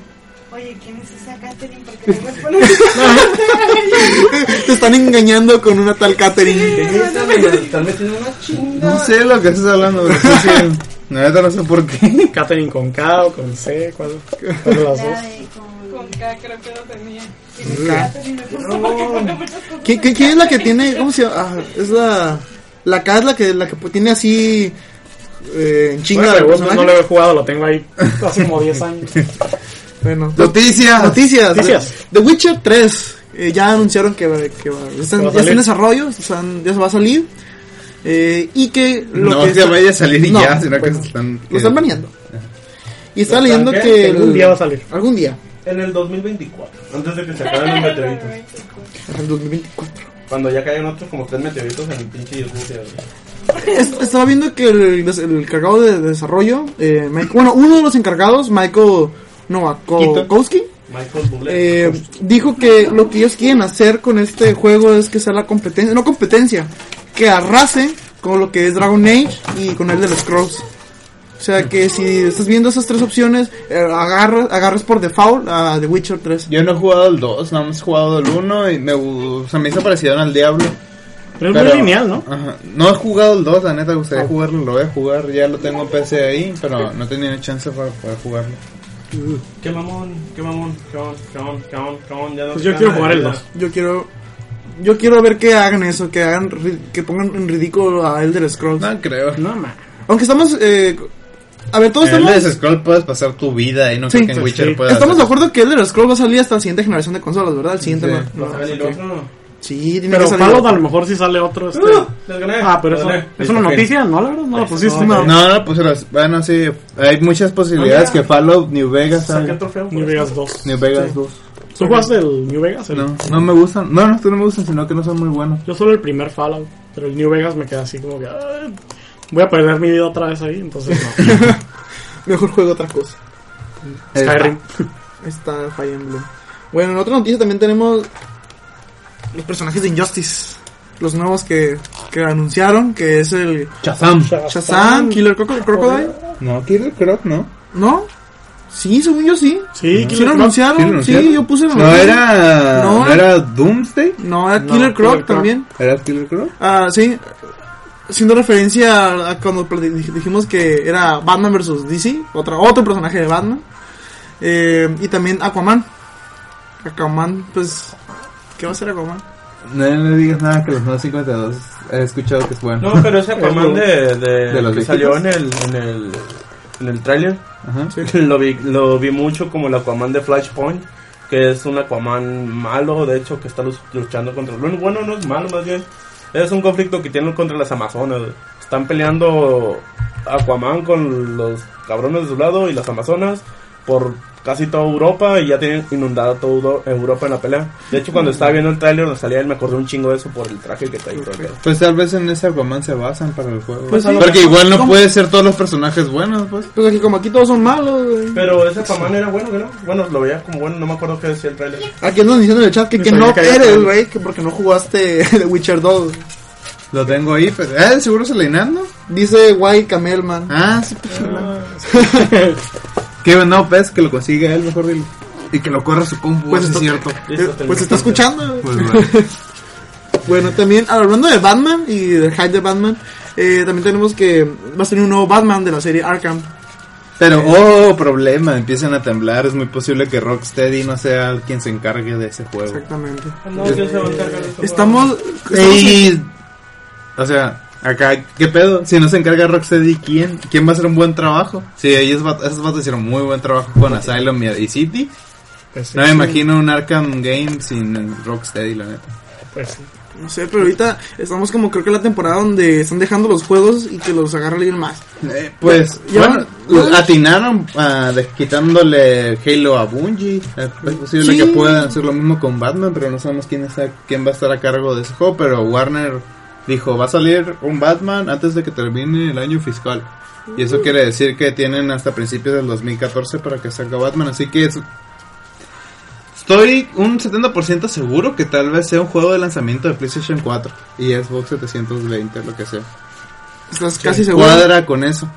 Speaker 7: oye, ¿quién es esa Katherine? Porque no me pones
Speaker 6: te están engañando con una tal Katherine.
Speaker 4: Están metiendo una
Speaker 9: No
Speaker 4: chingada.
Speaker 9: sé lo que estás hablando, pero sí, sí. La neta no sé por qué.
Speaker 5: Catherine con K o con C, ¿cuál, cuál de las dos?
Speaker 7: con K, creo que lo tenía. Tiene Katherine, me puso porque pone muchas cosas
Speaker 6: ¿Qui- qui- ¿Quién es la que tiene? ¿Cómo se llama? Ah, es la. La K es la que, la que tiene así. eh, en chinga
Speaker 5: Bueno,
Speaker 6: de
Speaker 5: según
Speaker 6: personaje.
Speaker 5: no lo he jugado, lo tengo ahí hace como 10 años.
Speaker 6: Bueno,
Speaker 9: Noticias.
Speaker 6: noticias.
Speaker 5: Noticias.
Speaker 6: The Witcher 3. eh, ya anunciaron que, va- que va- están-
Speaker 5: Que va a
Speaker 6: ya está
Speaker 5: salir.
Speaker 6: en desarrollo, están- ya se va a salir. eh, y que lo
Speaker 9: No
Speaker 6: que
Speaker 9: es que
Speaker 6: está-
Speaker 9: vaya a salir y
Speaker 6: No,
Speaker 9: ya, sino
Speaker 6: pues,
Speaker 9: que están.
Speaker 6: Lo están baneando. Y está
Speaker 4: ¿Lo están
Speaker 6: leyendo
Speaker 4: qué?
Speaker 6: que.
Speaker 5: Algún
Speaker 6: el-
Speaker 5: día va a salir.
Speaker 6: Algún día.
Speaker 4: En el 2024, antes de que se acaben los meteoritos.
Speaker 6: En el 2024.
Speaker 4: Cuando ya caen otros como tres meteoritos en el pinche YouTube.
Speaker 6: Es- estaba viendo que el, des- el encargado de, de desarrollo. eh, Mike- bueno, uno de los encargados, Michael Nowakowski.
Speaker 4: Michael Bublé.
Speaker 6: eh, dijo que lo que ellos quieren hacer con este juego es que sea la competencia, no competencia, que arrase con lo que es Dragon Age y con el de los Scrolls. O sea que si estás viendo esas tres opciones, eh, agarra- agarras por default a The Witcher 3.
Speaker 9: Yo no he jugado el 2, nada más he jugado el 1 y me, o sea, me hizo parecido al Diablo.
Speaker 5: Pero es muy lineal, ¿no?
Speaker 9: Ajá. No he jugado el 2, la neta, me gustaría jugarlo, lo voy a jugar, ya lo tengo en PC ahí, pero no tenía chance para poder jugarlo.
Speaker 4: Qué mamón, qué mamón, qué mamón, qué mamón, qué mamón, qué mamón. ya no
Speaker 5: Pues
Speaker 4: se
Speaker 5: yo quiero
Speaker 4: gana
Speaker 5: jugar el
Speaker 4: nada.
Speaker 5: 2.
Speaker 6: Yo quiero yo quiero ver que hagan eso, que hagan ri- que pongan en ridículo a Elder Scrolls.
Speaker 9: No creo.
Speaker 5: No, man.
Speaker 6: Aunque estamos eh, a ver, todos
Speaker 9: En
Speaker 6: estamos
Speaker 9: el Scroll puedes pasar tu vida y no
Speaker 6: Sí,
Speaker 9: sé qué en
Speaker 6: pues
Speaker 9: Witcher
Speaker 5: sí.
Speaker 9: puedas.
Speaker 6: Estamos de acuerdo que Elder Scrolls va a salir hasta la siguiente generación de consolas, ¿verdad? El siguiente
Speaker 9: Sí.
Speaker 6: no-
Speaker 4: Va a
Speaker 6: no,
Speaker 4: salir el
Speaker 6: ok.
Speaker 4: otro.
Speaker 6: Sí, tiene
Speaker 5: Pero
Speaker 6: que salir.
Speaker 5: Fallout a lo mejor si sale otro. Este...
Speaker 4: Ah, les gané.
Speaker 5: Ah, pero
Speaker 4: Les
Speaker 5: eso
Speaker 4: gané.
Speaker 5: es una noticia, ¿no? La verdad, no la pusiste.
Speaker 9: No, no, pues las- bueno, sí, hay muchas posibilidades
Speaker 4: Ah,
Speaker 9: que Fallout, New Vegas,
Speaker 4: Saqué
Speaker 9: salga.
Speaker 4: el trofeo. por
Speaker 5: New
Speaker 4: esto.
Speaker 5: Vegas 2.
Speaker 9: New Vegas 2.
Speaker 5: ¿Tú jugaste el New Vegas? El-
Speaker 9: No, no me gustan, no, no, tú no me gustan, sino que no son muy buenos.
Speaker 5: Yo solo el primer Fallout, pero el New Vegas me queda así como que... ah, Voy a perder mi vida otra vez ahí, entonces no.
Speaker 6: Mejor juego otra cosa.
Speaker 5: Skyrim.
Speaker 6: Ahí Está Fire Emblem. Bueno, en otra noticia también tenemos los personajes de Injustice. Los nuevos que, que anunciaron, que es el
Speaker 9: Chazam.
Speaker 6: Shazam, Killer Croco- Crocodile.
Speaker 9: No, Killer Croc, no.
Speaker 6: ¿No? Sí, según yo sí.
Speaker 5: Sí,
Speaker 6: Sí
Speaker 5: Killer
Speaker 6: lo
Speaker 5: Croc.
Speaker 9: Sí, lo
Speaker 6: anunciaron,
Speaker 9: anunciaron.
Speaker 6: sí, yo puse la
Speaker 9: No
Speaker 6: noticia.
Speaker 9: era.
Speaker 6: No.
Speaker 9: No, era Doomsday.
Speaker 6: No, era
Speaker 5: No,
Speaker 6: Killer Croc
Speaker 5: Killer Croc.
Speaker 6: también.
Speaker 9: Era Killer Croc.
Speaker 6: Ah, sí. Haciendo referencia a- a cuando pl- dij- dijimos que era Batman vs. DC, otra, otro personaje de Batman. Eh, y también Aquaman. Aquaman, pues. ¿Qué va a ser Aquaman?
Speaker 9: No le digas nada que los 952 he escuchado que es bueno.
Speaker 4: No, pero ese Aquaman de, de,
Speaker 9: ¿De los
Speaker 4: que
Speaker 9: viejitos?
Speaker 4: salió en el, en el, en el tráiler,
Speaker 9: Ajá.
Speaker 4: lo vi, lo vi mucho como el Aquaman de Flashpoint, que es un Aquaman malo, de hecho, que está lus- luchando contra... Bueno, bueno, no es malo, más bien. Es un conflicto que tienen contra las Amazonas. Están peleando Aquaman con los cabrones de su lado y las Amazonas por casi toda Europa y ya tienen inundada toda Europa en la pelea. De hecho, cuando estaba viendo el tráiler de salida, me acordé un chingo de eso por el traje que trae. y todo el pedo.
Speaker 9: Pues tal vez en ese Aquaman se basan para el juego.
Speaker 6: Pues sí.
Speaker 9: Porque igual no
Speaker 6: ¿Cómo?
Speaker 9: puede ser todos los personajes buenos, pues.
Speaker 6: Pues aquí, como aquí todos son malos, güey.
Speaker 4: Pero ese Aquaman era bueno, ¿no? Bueno, lo veía como bueno, no me acuerdo qué decía el trailer.
Speaker 6: Aquí andan diciendo en el chat Ah, que,
Speaker 5: Yo
Speaker 6: que
Speaker 5: sabía
Speaker 6: no
Speaker 5: que había
Speaker 6: eres,
Speaker 5: tal.
Speaker 6: güey, que porque no jugaste The Witcher 2.
Speaker 9: Lo tengo ahí, pues. Ah, seguro se leinando.
Speaker 6: Dice White Camelman.
Speaker 9: Ah, sí, pues. que no, pues que lo consiga él, mejor dile. Y que lo corra su compu,
Speaker 6: Pues
Speaker 9: pues es
Speaker 6: esto-
Speaker 9: cierto.
Speaker 6: Eh, pues se está escuchando, güey.
Speaker 9: Pues bueno.
Speaker 6: Bueno, también hablando de Batman y del hype de Batman, eh, también tenemos que va a salir un nuevo Batman de la serie Arkham.
Speaker 9: Pero, oh, problema, empiezan a temblar. Es muy posible que Rocksteady no sea quien se encargue de ese juego.
Speaker 6: Exactamente.
Speaker 4: No, yo se va a encargar de esto,
Speaker 6: Estamos. estamos en-
Speaker 9: Y, o sea, acá, ¿qué pedo? Si no se encarga Rocksteady, ¿quién? ¿Quién va a hacer un buen trabajo? Sí, ellos, va- esos vatos hicieron muy buen trabajo con Asylum y, y City.
Speaker 5: Pues sí,
Speaker 9: No me imagino un Arkham Game sin Rocksteady, la neta.
Speaker 5: pues sí.
Speaker 6: No sé, pero ahorita estamos como creo que en la temporada donde están dejando los juegos y que los agarra alguien más.
Speaker 9: Eh, pues,
Speaker 6: Ya
Speaker 9: bueno,
Speaker 6: van-
Speaker 9: lo- atinaron ah, de- quitándole Halo a Bungie. Eh, Es posible
Speaker 6: Sí.
Speaker 9: que puedan hacer lo mismo con Batman, pero no sabemos quién, está, quién va a estar a cargo de ese juego. Pero Warner dijo, va a salir un Batman antes de que termine el año fiscal. Y eso quiere decir que tienen hasta principios del 2014 para que salga Batman. Así que es- estoy un 70% seguro que tal vez sea un juego de lanzamiento de PlayStation 4 y Xbox 720, lo que sea.
Speaker 6: ¿Estás casi seguro?
Speaker 9: Cuadra con eso.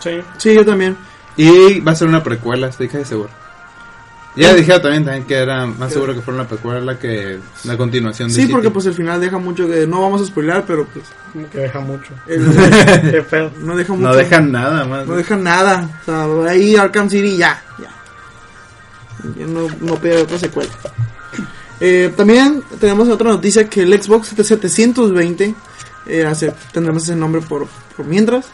Speaker 5: Sí.
Speaker 6: Sí, yo también.
Speaker 9: Y va a ser una precuela, estoy casi seguro. Ya dijeron también, también que era más seguro que fuera una precuela que la continuación de
Speaker 6: Sí,
Speaker 9: City.
Speaker 6: porque pues el final deja mucho que. No vamos a spoilear, pero pues.
Speaker 5: Como que deja mucho.
Speaker 6: el-
Speaker 5: Qué pedo.
Speaker 6: no deja mucho.
Speaker 9: No dejan nada más.
Speaker 6: No dejan nada. O sea, ahí Arkham City ya, ya. Ya no, no pide otra secuela. Eh, también tenemos otra noticia que el Xbox 720, eh, hace- tendremos ese nombre por, por mientras,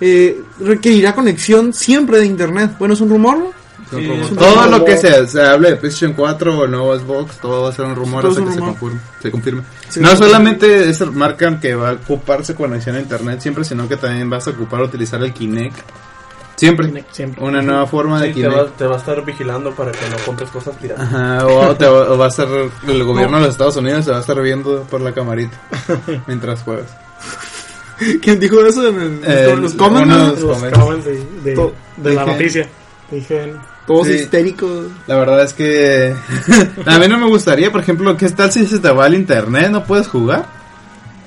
Speaker 6: eh, requerirá conexión siempre de internet. Bueno, es un rumor, ¿no?
Speaker 4: Sí,
Speaker 6: es un
Speaker 9: Todo
Speaker 6: rumor.
Speaker 9: lo que sea, se hable de PlayStation 4 o el nuevo Xbox, todo va a ser un rumor
Speaker 6: Todo
Speaker 9: hasta
Speaker 6: es
Speaker 9: que
Speaker 6: un
Speaker 9: se
Speaker 6: rumor.
Speaker 9: confirme. Se confirme.
Speaker 6: Sí.
Speaker 9: no solamente es, marcan que va a ocuparse conexión a internet siempre, sino que también vas a ocupar utilizar el Kinect. Siempre.
Speaker 5: Kinect, siempre.
Speaker 9: Una nueva forma de
Speaker 4: Sí, te,
Speaker 9: Kinect.
Speaker 4: va, te va a estar vigilando para que no compres cosas piratas.
Speaker 9: Ajá, o, te va, o va a estar el gobierno de los Estados Unidos, te va a estar viendo por la camarita mientras juegas.
Speaker 6: ¿Quién dijo eso en el-
Speaker 9: Eh,
Speaker 6: los comments?
Speaker 9: uno
Speaker 6: no?
Speaker 9: de los
Speaker 5: Los
Speaker 9: comments.
Speaker 5: comments de, de-
Speaker 6: To-
Speaker 5: de la
Speaker 9: dije-
Speaker 5: noticia. Dije,
Speaker 6: Todos
Speaker 9: Sí.
Speaker 6: histéricos.
Speaker 9: La verdad es que a mí no me gustaría, por ejemplo, ¿qué tal si se te va el internet? ¿No puedes jugar?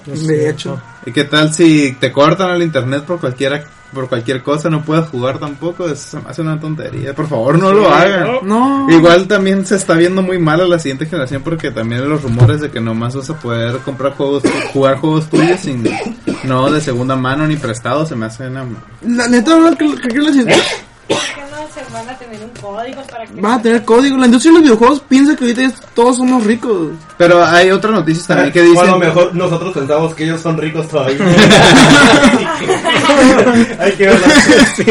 Speaker 6: De hecho.
Speaker 9: ¿Y qué tal si te cortan el internet por cualquiera por cualquier cosa? No puedes jugar tampoco, es hace una tontería. Por favor, no lo hagan.
Speaker 6: No.
Speaker 9: Igual también se está viendo muy mal a la siguiente generación porque también los rumores de que nomás vas a poder comprar juegos, jugar juegos tuyos sin no de segunda mano ni prestado se me hace una
Speaker 6: La neta, ahora que que- que las-
Speaker 7: que no se van a tener un código para que...
Speaker 6: van a tener código. La industria de los videojuegos piensa que ahorita ya todos somos ricos.
Speaker 9: Pero hay otras noticias
Speaker 4: Ah,
Speaker 9: también que dicen
Speaker 4: O a lo mejor nosotros pensamos que ellos son ricos todavía. Hay que verlo.
Speaker 6: Es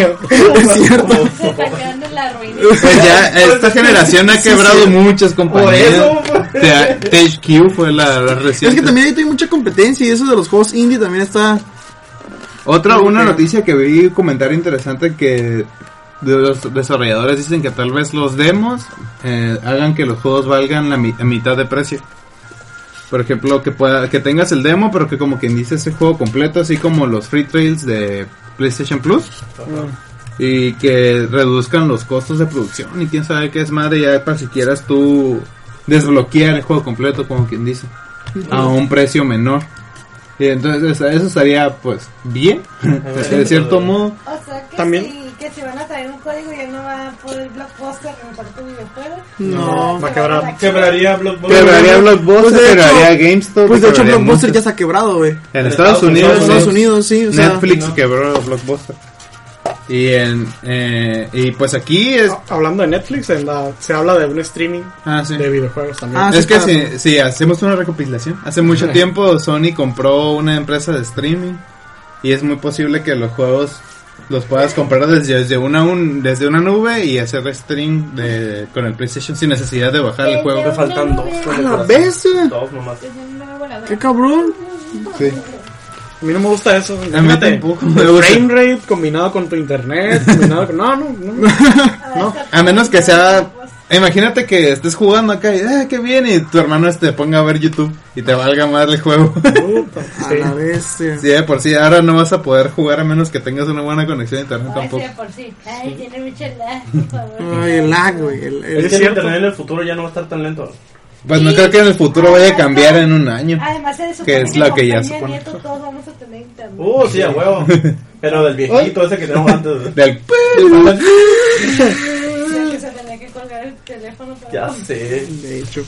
Speaker 6: cierto.
Speaker 8: Se está quedando en la ruina.
Speaker 9: Pues ya, esta generación ha quebrado muchas compañías.
Speaker 4: Por eso, pues.
Speaker 9: Te- THQ fue la, la reciente.
Speaker 6: Es que también ahorita hay mucha competencia y eso de los juegos indie también está.
Speaker 9: Otra una noticia que vi comentario interesante que de los desarrolladores dicen que tal vez los demos eh, hagan que los juegos valgan la mi- a mitad de precio. Por ejemplo, que pueda, que tengas el demo, pero que como quien dice ese juego completo, así como los free trails de PlayStation Plus. Y que reduzcan los costos de producción y quién sabe qué es madre ya para si quieras tú desbloquear el juego completo, como quien dice, a un precio menor. Y entonces eso estaría pues bien, de cierto modo.
Speaker 7: O sea, que,
Speaker 5: También-
Speaker 7: Si, que si van a traer un código ya no va a poder Blockbuster rentar tu videojuego.
Speaker 6: No.
Speaker 5: va a quebrar.
Speaker 7: La-
Speaker 4: Quebraría Blockbuster.
Speaker 9: Quebraría Blockbuster,
Speaker 6: Pues, de hecho-
Speaker 9: quebraría GameStop.
Speaker 6: Pues de hecho,
Speaker 9: quebraría
Speaker 6: Blockbuster ya
Speaker 9: muchos.
Speaker 6: está quebrado, güey.
Speaker 9: En Estados Unidos,
Speaker 6: En Estados Unidos, sí. O sea,
Speaker 9: Netflix quebró Blockbuster. Y en eh, y pues aquí es
Speaker 5: Ha- "Ah, Hablando de Netflix, en la- se habla de un streaming
Speaker 9: ah, sí.
Speaker 5: de videojuegos también.
Speaker 6: Ah, sí,
Speaker 9: es que
Speaker 6: claro.
Speaker 9: si, si hacemos una recopilación, hace mucho tiempo Sony compró una empresa de streaming y es muy posible que los juegos los puedas comprar desde, desde una un- desde una nube y hacer stream de, con el PlayStation sin necesidad de bajar el
Speaker 8: Desde
Speaker 9: juego.
Speaker 4: Me faltan dos. con
Speaker 6: A
Speaker 4: el
Speaker 6: la
Speaker 4: corazón.
Speaker 6: bestia.
Speaker 4: Dos nomás.
Speaker 8: Pues yo no me voy a
Speaker 6: Qué
Speaker 8: volar.
Speaker 6: cabrón.
Speaker 9: Sí.
Speaker 5: A mí no me gusta eso.
Speaker 9: A mí
Speaker 5: Fíjate,
Speaker 9: tampoco
Speaker 5: el
Speaker 9: me gusta.
Speaker 5: Frame rate combinado con tu internet, combinado con... No, no, no. No,
Speaker 9: A menos que sea. Imagínate que estés jugando acá y ah, que viene y tu hermano este te ponga a ver YouTube y te valga más el juego.
Speaker 5: puta,
Speaker 6: A
Speaker 5: sí.
Speaker 6: la bestia.
Speaker 9: sí, de por sí, ahora no vas a poder jugar a menos que tengas una buena conexión a internet
Speaker 8: Ay,
Speaker 9: tampoco.
Speaker 8: sí, por sí. Ay, tiene mucho lag, por favor.
Speaker 6: Ay, el lag, güey. El, el-
Speaker 4: Es
Speaker 5: Es
Speaker 4: que el
Speaker 5: cierto.
Speaker 4: internet en el futuro ya no va a estar tan lento.
Speaker 9: Pues no
Speaker 8: Sí.
Speaker 9: creo que en el futuro vaya a cambiar en un año.
Speaker 7: Además, se supone
Speaker 9: Que es lo que ya
Speaker 7: compañía
Speaker 9: supone.
Speaker 7: Nieto, todos vamos a tener internet.
Speaker 4: Uh, sí, a huevo. Pero del viejito ese que tenemos antes.
Speaker 9: Del
Speaker 7: O sea, que se tenía que colgar el teléfono para...
Speaker 4: Ya sé.
Speaker 6: De hecho.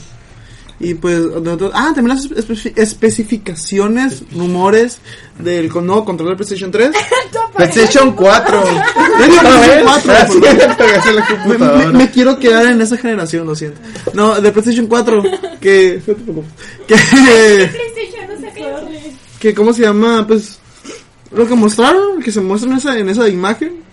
Speaker 6: Y pues, de otro- ah, también las espe- especificaciones, rumores del con- nuevo control de PlayStation 3.
Speaker 9: PlayStation 4.
Speaker 6: Ya digo PlayStation 4,
Speaker 9: Ah,
Speaker 6: por
Speaker 9: sí,
Speaker 6: favor.
Speaker 9: pegaste la
Speaker 6: me, me-
Speaker 9: computadora.
Speaker 6: me quiero quedar en esa generación, lo siento. No, de PlayStation 4, que, que,
Speaker 8: PlayStation no se corre.
Speaker 6: que, ¿cómo se llama? Pues, lo que mostraron, que se muestra en esa, en esa imagen.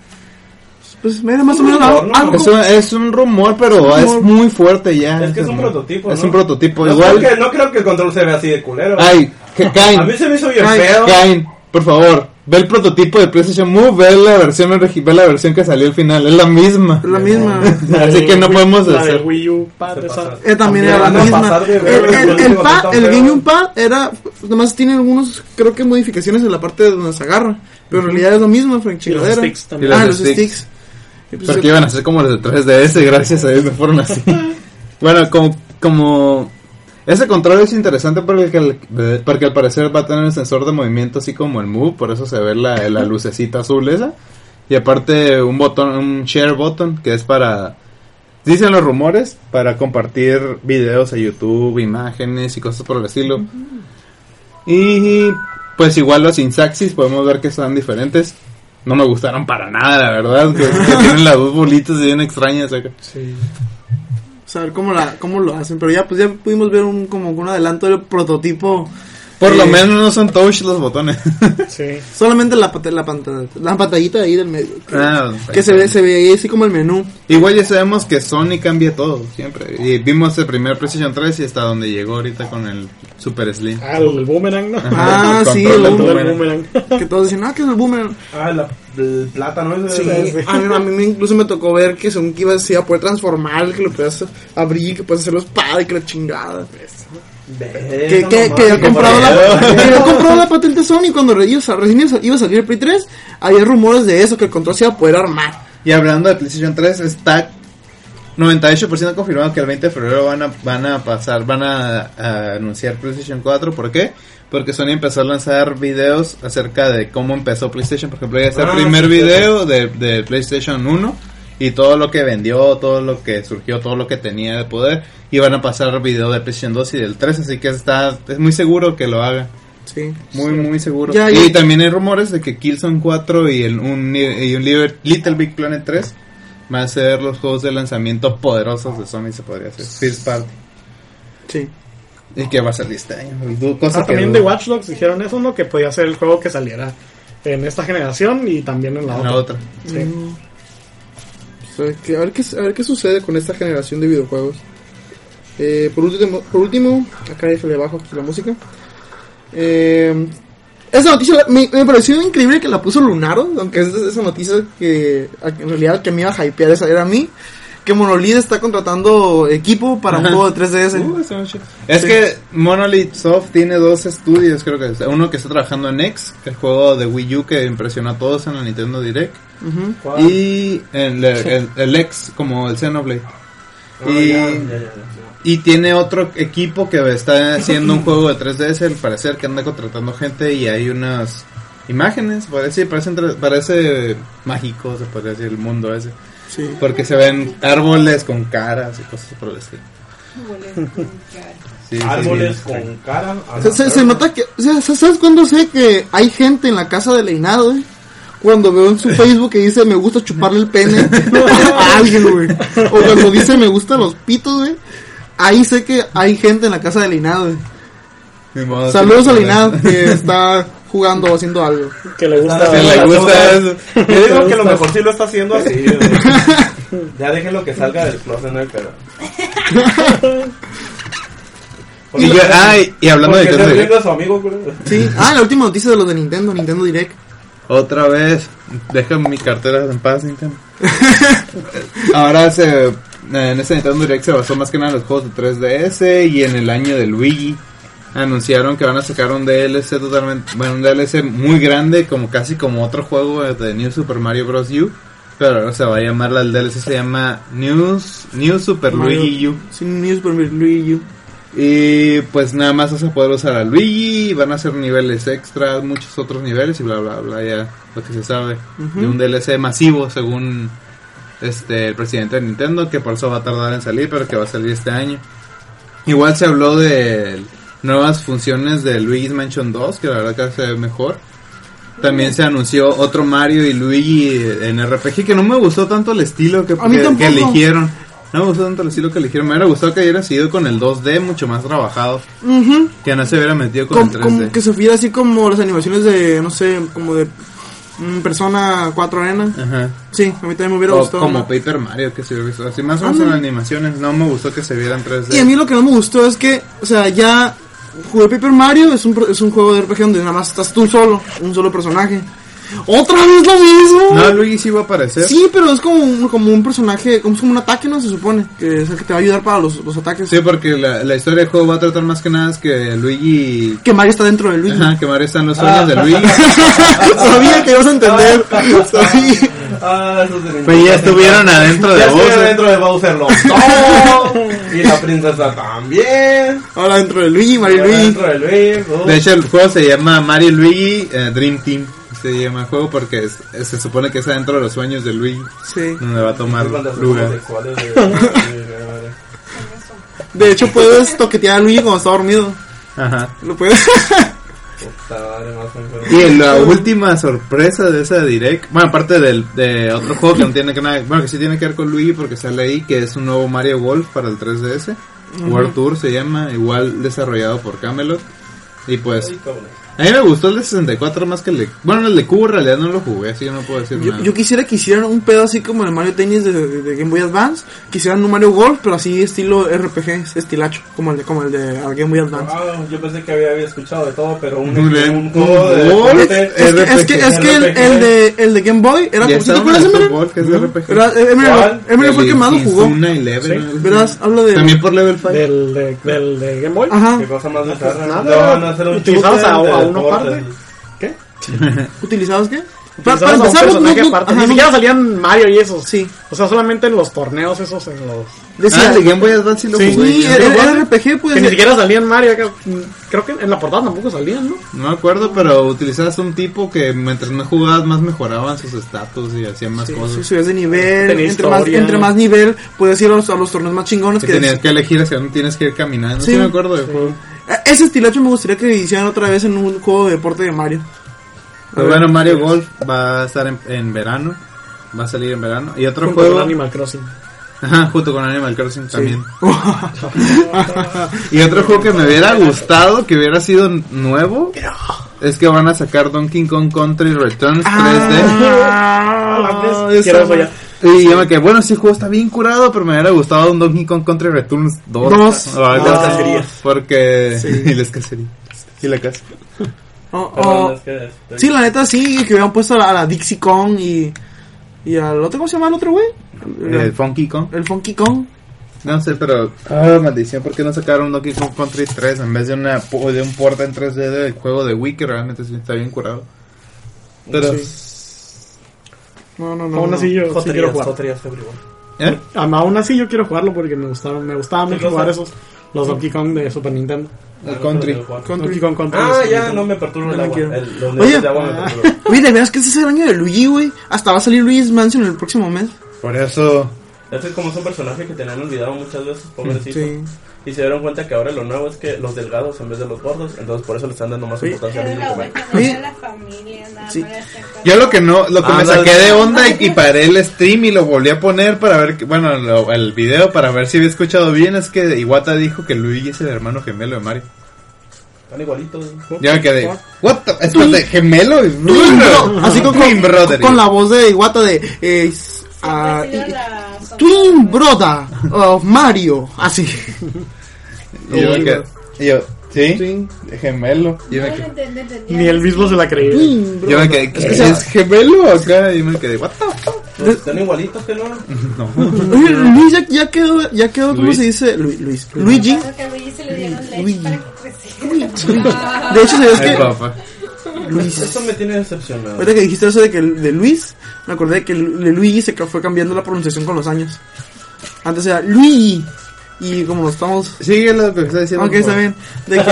Speaker 6: Pues, mira, más o menos algo, algo
Speaker 9: Es un, es un rumor, pero es muy fuerte ya.
Speaker 4: Es que es un
Speaker 9: rumor.
Speaker 4: prototipo,
Speaker 9: Es
Speaker 4: ¿no?
Speaker 9: un prototipo.
Speaker 4: No,
Speaker 9: Igual.
Speaker 4: creo que, no creo que el control se vea así de culero.
Speaker 9: Ay, que caen.
Speaker 4: a mí se me hizo bien
Speaker 6: Ay,
Speaker 4: feo.
Speaker 9: Caen, por favor, ve el prototipo de PlayStation Move, ve la versión origi- ve la versión que salió al final, es la misma.
Speaker 6: la misma.
Speaker 9: Así que no
Speaker 5: Wii-
Speaker 9: podemos
Speaker 5: la de
Speaker 9: hacer.
Speaker 5: Wii U, pad,
Speaker 4: Se
Speaker 5: esa.
Speaker 4: pasa.
Speaker 6: Eh, también
Speaker 4: También
Speaker 6: era la
Speaker 4: van a
Speaker 6: misma.
Speaker 4: pasar de
Speaker 6: El,
Speaker 4: ver los
Speaker 6: el, el
Speaker 4: códigos
Speaker 6: pa-
Speaker 4: tan
Speaker 6: el
Speaker 4: feos.
Speaker 6: GameCube Pad era. Nomás tiene algunos, creo que modificaciones en la parte de donde se agarra. Pero en realidad es lo mismo, Frank
Speaker 5: Y los
Speaker 6: Chingadera.
Speaker 5: sticks
Speaker 9: Y
Speaker 5: también.
Speaker 9: los
Speaker 6: Ah, los
Speaker 9: sticks.
Speaker 6: sticks. Y pues,
Speaker 9: Porque iban a ser como los de 3DS, gracias a Dios no fueron así. bueno, como, como ese control es interesante porque, al- porque al parecer va a tener el sensor de movimiento así como el Move, por eso se ve la, la lucecita azul esa. Y aparte un botón, un share button que es para, dicen los rumores, para compartir videos a YouTube, imágenes y cosas por el estilo. Y pues igual los Insaxis podemos ver que están diferentes. No me gustaron para nada, la verdad. Que, que tienen las dos bolitas bien extrañas acá.
Speaker 5: Sí.
Speaker 6: saber cómo, la, cómo lo hacen. Pero ya, pues ya pudimos ver un, como un adelanto del prototipo
Speaker 9: Por lo
Speaker 6: Eh,
Speaker 9: menos no son touch los botones.
Speaker 5: Sí.
Speaker 6: Solamente la, pat- la, pantalla, la pantallita ahí del medio. Que,
Speaker 9: Ah,
Speaker 6: que se ve, se ve ahí así como el menú.
Speaker 9: Igual ya sabemos que Sony cambia todo, siempre. Y vimos el primer PlayStation 3 y hasta donde llegó ahorita con el Super Slim.
Speaker 5: Ah, lo del boomerang, ¿no?
Speaker 6: Ah, sí,
Speaker 9: Control del
Speaker 6: el
Speaker 5: Lo del
Speaker 9: boomerang.
Speaker 5: boomerang.
Speaker 6: Que todos dicen, ah, que es el boomerang.
Speaker 4: Ah, la, el plata, ¿no? Ese-
Speaker 6: Sí,
Speaker 4: ese-
Speaker 6: a mí, a mí me- incluso me tocó ver que según que iba así a poder transformar, que lo puedas abrir, que puedes hacerlo espada y que la chingada. pues.
Speaker 4: Ve,
Speaker 6: que,
Speaker 4: esa mamá,
Speaker 6: que, que había
Speaker 4: qué
Speaker 6: comprado la,
Speaker 4: pedo.
Speaker 6: que había comprado la patente Sony cuando re- iba a sa- recién iba a- iba a salir el Play 3, había rumores de eso, que el control se iba a poder armar.
Speaker 9: Y hablando de PlayStation 3, está 98% confirmado que el 20 de febrero van a, van a pasar, van a, a anunciar PlayStation 4. ¿Por qué? Porque Sony empezó a lanzar videos acerca de cómo empezó PlayStation. Por ejemplo, ya está el
Speaker 4: Ah,
Speaker 9: primer
Speaker 4: sí,
Speaker 9: video de, de PlayStation 1 y todo lo que vendió, todo lo que surgió, todo lo que tenía de poder. Y van a pasar video de PlayStation 2 y del 3. Así que está, es muy seguro que lo haga.
Speaker 6: Sí.
Speaker 9: Muy, muy seguro.
Speaker 6: Ya,
Speaker 9: y
Speaker 6: ya.
Speaker 9: también hay rumores de que Killzone 4 y, el, un, y un Liber- Little Big Planet 3 van a ser los juegos de lanzamiento poderosos de Sony, se podría hacer. First Party.
Speaker 6: Sí.
Speaker 9: Y que va a salir este año. Du- cosa
Speaker 5: Ah,
Speaker 9: que
Speaker 5: también
Speaker 9: dudo.
Speaker 5: de Watch Dogs dijeron eso, ¿no? Que podía ser el juego que saliera en esta generación y también en la
Speaker 9: La
Speaker 5: Ah, otra.
Speaker 9: Ah, otra.
Speaker 5: Sí.
Speaker 6: Mm. Pues, A ver, qué, a, ver qué, a ver qué sucede con esta generación de videojuegos. Eh, por, último, por último, acá déjale bajo aquí la música. Eh, esa noticia la- me, me pareció increíble que la puso Lunaro, aunque es de esa noticia que a- en realidad el que me iba a hypear esa era a mí. Que Monolith está contratando equipo para un juego de 3DS.
Speaker 9: Uh, está muy chido. Es que Monolith Soft tiene dos estudios, creo que es. Uno que está trabajando en X, el juego de Wii U que impresionó a todos en la Nintendo Direct.
Speaker 6: Ujú.
Speaker 9: Y el, el- el X, como el Xenoblade.
Speaker 4: Ah,
Speaker 9: y
Speaker 4: ya, ya, ya, ya.
Speaker 9: Y tiene otro equipo que está haciendo un juego de 3DS, al parecer que anda contratando gente y hay unas imágenes, parece, parece, entre- parece mágico, se podría decir, el mundo ese.
Speaker 6: Sí.
Speaker 9: Porque se ven árboles con caras y cosas por el estilo. Sí, sí,
Speaker 4: Árboles
Speaker 9: sí.
Speaker 4: con cara. a
Speaker 6: Se,
Speaker 4: la
Speaker 6: se- se
Speaker 4: verga.
Speaker 6: nota que. o sea, ¿Sabes cuándo sé que hay gente en la casa de Leinado, eh? Cuando veo en su Facebook que dice me gusta chuparle el pene a alguien, güey. O cuando dice me gustan los pitos, güey. Ahí sé que hay gente en la casa de Leinado, güey.
Speaker 9: Ni modo,
Speaker 6: Saludos
Speaker 9: Ah, sí,
Speaker 6: a
Speaker 9: sí.
Speaker 6: Leinado que está jugando o haciendo algo.
Speaker 5: Que le gusta.
Speaker 9: Que le gusta eso.
Speaker 4: Yo digo que lo mejor sí lo está haciendo así. güey. ya déjenlo que salga del closet, no hay pedo.
Speaker 9: Y, yo- ay, y hablando de
Speaker 4: Porque
Speaker 9: cosas
Speaker 4: está
Speaker 9: de-
Speaker 4: viendo a su amigo, güey.
Speaker 6: Sí. Ah, la última noticia de los de Nintendo, Nintendo Direct.
Speaker 9: Otra vez, deja mi cartera en paz, Nintendo. Ahora se, en este Nintendo Direct se basó más que nada en los juegos de 3DS y en el año de Luigi. Anunciaron que van a sacar un DLC totalmente, bueno, un DLC muy grande, como casi como otro juego de New Super Mario Bros. U. Pero ahora se va a llamar, el DLC se llama New, New Super
Speaker 6: Mario.
Speaker 9: Luigi U.
Speaker 6: Sin News por Luigi U.
Speaker 9: Y pues nada más vas a poder usar a Luigi, van a hacer niveles extras, muchos otros niveles y bla bla bla, ya lo que se sabe.
Speaker 6: Ujú.
Speaker 9: De un DLC masivo según este el presidente de Nintendo, que por eso va a tardar en salir, pero que va a salir este año. Igual se habló de nuevas funciones de Luigi's Mansion 2, que la verdad que se ve mejor. También se anunció otro Mario y Luigi en RPG, que no me gustó tanto el estilo que,
Speaker 6: A
Speaker 9: que-
Speaker 6: mí
Speaker 9: que
Speaker 6: tampoco.
Speaker 9: eligieron. No me gustó tanto el estilo que eligieron. Me hubiera gustado que hubiera sido con el 2D mucho más trabajado.
Speaker 6: Ujú.
Speaker 9: Que no se hubiera metido con
Speaker 6: Como,
Speaker 9: el 3D.
Speaker 6: como que se viera así como las animaciones de, no sé, como de mm, Persona 4 Arena.
Speaker 9: Ajá.
Speaker 6: Sí, a mí también me hubiera
Speaker 9: O
Speaker 6: gustado.
Speaker 9: como
Speaker 6: ¿no?
Speaker 9: Paper Mario que se hubiera visto. Así más o menos en las animaciones. No me gustó que se vieran 3D.
Speaker 6: Y a mí lo que no me gustó es que, o sea, ya jugué Paper Mario, es un, pro- es un juego de RPG donde nada más estás tú solo, un solo personaje. ¡Otra vez lo mismo!
Speaker 9: No, Luigi sí va a aparecer.
Speaker 6: sí, pero es como un, como un personaje, como es como un ataque, ¿no? Se supone, que es el que te va a ayudar para los, los ataques.
Speaker 9: Sí, porque la, la historia del juego va a tratar más que nada es que Luigi...
Speaker 6: Que Mario está dentro de Luigi.
Speaker 9: Ajá, que Mario está en los sueños de Luigi.
Speaker 6: Sabía que ibas a entender. Sabía.
Speaker 4: Ah, esos de
Speaker 9: Pues ya estuvieron adentro de
Speaker 4: Ya
Speaker 9: vos.
Speaker 4: estuvieron dentro de Bowser los dos. y la princesa también.
Speaker 6: Ahora dentro de Luigi, Mario y Luigi.
Speaker 4: Dentro de Luis. oh.
Speaker 9: De hecho, el juego se llama Mario y Luigi eh, Dream Team. Se llama el juego porque es- es- se supone que es adentro de los sueños de Luigi.
Speaker 6: Sí.
Speaker 9: Donde va a tomar
Speaker 4: Cuántas
Speaker 9: lugar.
Speaker 4: homosexuales de- de-
Speaker 6: De hecho, puedes toquetear a Luigi cuando está dormido.
Speaker 9: Ajá.
Speaker 6: Lo puedes.
Speaker 4: Puta madre, más enfermo.
Speaker 9: Y la última sorpresa de esa direct, bueno, aparte del, de otro juego que no tiene que nada, bueno, que sí tiene que ver con Luigi porque sale ahí, que es un nuevo Mario Golf para el 3DS. World Tour se llama, igual desarrollado por Camelot. Y pues, a mí me gustó el de 64 más que el de... Bueno, el de Cubo en realidad no lo jugué, así que no puedo decir
Speaker 6: Yo,
Speaker 9: nada.
Speaker 6: yo quisiera que hicieran un pedo así como el Mario Tennis de, de- de Game Boy Advance, que hicieran un Mario Golf, pero así estilo RPG, estilacho, como el de, como el de Game Boy Advance.
Speaker 5: Ah,
Speaker 4: Wow, Ah, yo pensé que había, había escuchado de todo, pero un,
Speaker 9: Muy bien.
Speaker 4: un juego de
Speaker 9: Gol.
Speaker 4: deporte-
Speaker 6: Es que, es que, es que el, el de, el de Game Boy era
Speaker 9: Y
Speaker 6: como si te
Speaker 9: estaba en
Speaker 6: acuerdas,
Speaker 9: el
Speaker 6: Emily.
Speaker 9: fútbol, que es de RPG.
Speaker 4: ¿Cuál?
Speaker 6: Emily fue el que más lo jugó.
Speaker 9: Una Eleven, algo así.
Speaker 6: Verás, hablo de.
Speaker 9: También por level 5.
Speaker 5: Del, de- del de Game Boy. Pues
Speaker 6: Ajá,
Speaker 4: ¿Qué cosa más bizarra?
Speaker 5: nada.
Speaker 4: No, van a hacer un
Speaker 5: Utilizamos
Speaker 4: shooter
Speaker 5: a- a
Speaker 4: de
Speaker 5: uno
Speaker 4: deportes.
Speaker 5: aparte. ¿Qué?
Speaker 6: ¿utilizados qué? Para,
Speaker 5: Pensabas
Speaker 6: para
Speaker 5: a un
Speaker 6: empezar, no,
Speaker 5: personaje
Speaker 6: no-
Speaker 5: aparte.
Speaker 6: ajá,
Speaker 5: Ni
Speaker 6: no-
Speaker 5: siquiera salían Mario y esos.
Speaker 6: Sí.
Speaker 5: O sea, solamente en los torneos esos, en los...
Speaker 9: Ah,
Speaker 6: decía.
Speaker 9: el de Game Boy Advance sí lo
Speaker 5: Sí,
Speaker 9: jugué.
Speaker 6: Sí,
Speaker 9: yo.
Speaker 6: era, era RPG, pues.
Speaker 5: Que ni siquiera salían Mario. acá. Mm, Creo que en la portada tampoco salían, ¿no?
Speaker 9: No me acuerdo, pero utilizabas un tipo que mientras más jugabas más mejoraban sus estatus y hacían más
Speaker 6: Sí,
Speaker 9: cosas.
Speaker 6: sí, subías de nivel,
Speaker 5: Tenía
Speaker 6: entre más,
Speaker 5: historia.
Speaker 6: entre más nivel, puedes ir a los, a los torneos más chingones
Speaker 9: Que
Speaker 6: que
Speaker 9: tenías que elegir hacia dónde tienes que ir caminando. Sí,
Speaker 6: Sí.
Speaker 9: me acuerdo del juego.
Speaker 6: Eh, Ese estilacho me gustaría que hicieran otra vez en un juego de deporte de Mario.
Speaker 9: Pero bueno, Mario Golf va a estar en, en verano. Va a salir en verano. Y otro
Speaker 5: Junto
Speaker 9: juego.
Speaker 5: con Animal Crossing.
Speaker 9: Ajá, junto con Animal Crossing también. y otro juego que me hubiera gustado, que hubiera sido nuevo, es que van a sacar Donkey Kong Country Returns 3D.
Speaker 5: Ah,
Speaker 6: esa
Speaker 5: quiero eso ya.
Speaker 9: Y yo me quedé, bueno, sí, el juego está bien curado, pero me hubiera gustado un Donkey Kong Country Returns 2.
Speaker 6: Dos.
Speaker 9: O algo
Speaker 6: Las
Speaker 9: así.
Speaker 6: cacerías.
Speaker 9: Porque.
Speaker 6: Sí.
Speaker 9: y las cacerías. Y la casa.
Speaker 6: Oh,
Speaker 4: Perdón,
Speaker 6: oh.
Speaker 4: es que estoy-
Speaker 6: Sí, la neta sí, que hubieran puesto a la, a la Dixie Kong y, y al otro, ¿cómo se llama el otro güey?
Speaker 9: El Eh, Funky Kong.
Speaker 6: el Funky Kong.
Speaker 9: No sé, pero. Ah, maldición, ¿por qué no sacaron Donkey Kong Country 3 en vez de, una, po- de un porta en 3D del juego de Wii que realmente sí está bien curado? Pero.
Speaker 6: No, no, no.
Speaker 5: Aún
Speaker 6: no.
Speaker 5: así yo sí quiero
Speaker 4: Joterías,
Speaker 5: jugar.
Speaker 4: joterías, everyone.
Speaker 9: ¿eh?
Speaker 5: Am- Aún así yo quiero jugarlo porque me gustaron, me gustaba mucho
Speaker 4: cosa?
Speaker 5: jugar esos, los Donkey Kong de Super Nintendo.
Speaker 9: El Country.
Speaker 5: Donkey Kong Country. de
Speaker 4: Ah,
Speaker 5: Super
Speaker 4: ya,
Speaker 5: Nintendo.
Speaker 4: no me perturbo el
Speaker 6: No me
Speaker 4: agua.
Speaker 6: quiero.
Speaker 4: El- Los
Speaker 6: Oye.
Speaker 4: niveles de agua me perturban.
Speaker 6: Mira, verás que ese es el año de Luigi, güey. Hasta va a salir Luigi's Mansion el próximo mes.
Speaker 9: Por eso.
Speaker 4: Este es como son personajes que tenían olvidado muchas veces,
Speaker 6: Sí.
Speaker 4: pobrecitos. Y se dieron cuenta que ahora lo nuevo es que los delgados en vez de los gordos, entonces por eso le están dando más importancia
Speaker 7: Pero
Speaker 4: al
Speaker 7: la
Speaker 4: niño.
Speaker 7: vuelta
Speaker 6: Sí.
Speaker 7: a la familia, nada
Speaker 6: Sí.
Speaker 7: no le hacen caso.
Speaker 9: Yo lo que no, lo que me
Speaker 4: Ándale.
Speaker 9: saqué de onda y, y paré el stream y lo volví a poner para ver, que- bueno, lo- el video para ver si había escuchado bien es que Iwata dijo que Luigi es el hermano gemelo de Mario.
Speaker 4: Están igualitos.
Speaker 9: Ya me quedé, what the, espérate, gemelo,
Speaker 6: Bro, Así con,
Speaker 9: Twin brother.
Speaker 6: con, con la voz de Iwata de... eh, s- ah,
Speaker 7: Siempre ha sido
Speaker 6: y-
Speaker 7: la sombra.
Speaker 6: Twin Brother of Mario. Así.
Speaker 9: Y yo me quedé, y yo, ¿sí? Gemelo. Y yo me quedé,
Speaker 8: entendí, entendí.
Speaker 5: Ni él mismo se la creía.
Speaker 9: yo
Speaker 6: Twin
Speaker 9: me
Speaker 6: Brother.
Speaker 9: quedé, ¿qué es gemelo acá? Y me quedé, what the
Speaker 4: Pues, Están igualitos que no.
Speaker 9: no.
Speaker 6: Oye, Luis ya, ya quedó, ya quedó, ¿cómo
Speaker 9: Luis.
Speaker 6: se dice? Lu- Luis. Luigi.
Speaker 7: Claro que a Luigi se le dieron leche
Speaker 6: Luigi.
Speaker 7: para que creciera.
Speaker 6: De hecho, ¿sabías
Speaker 9: Ay,
Speaker 6: que
Speaker 9: papá.
Speaker 4: Eso me tiene decepcionado.
Speaker 6: Ahorita que dijiste eso de que de Luis, me acordé que Lu- de Luigi se ca- fue cambiando la pronunciación con los años. Antes era Luigi. Y como nos estamos.
Speaker 9: Sigue lo que está diciendo.
Speaker 6: Ok,
Speaker 9: por
Speaker 6: está
Speaker 9: favor.
Speaker 6: bien. De que.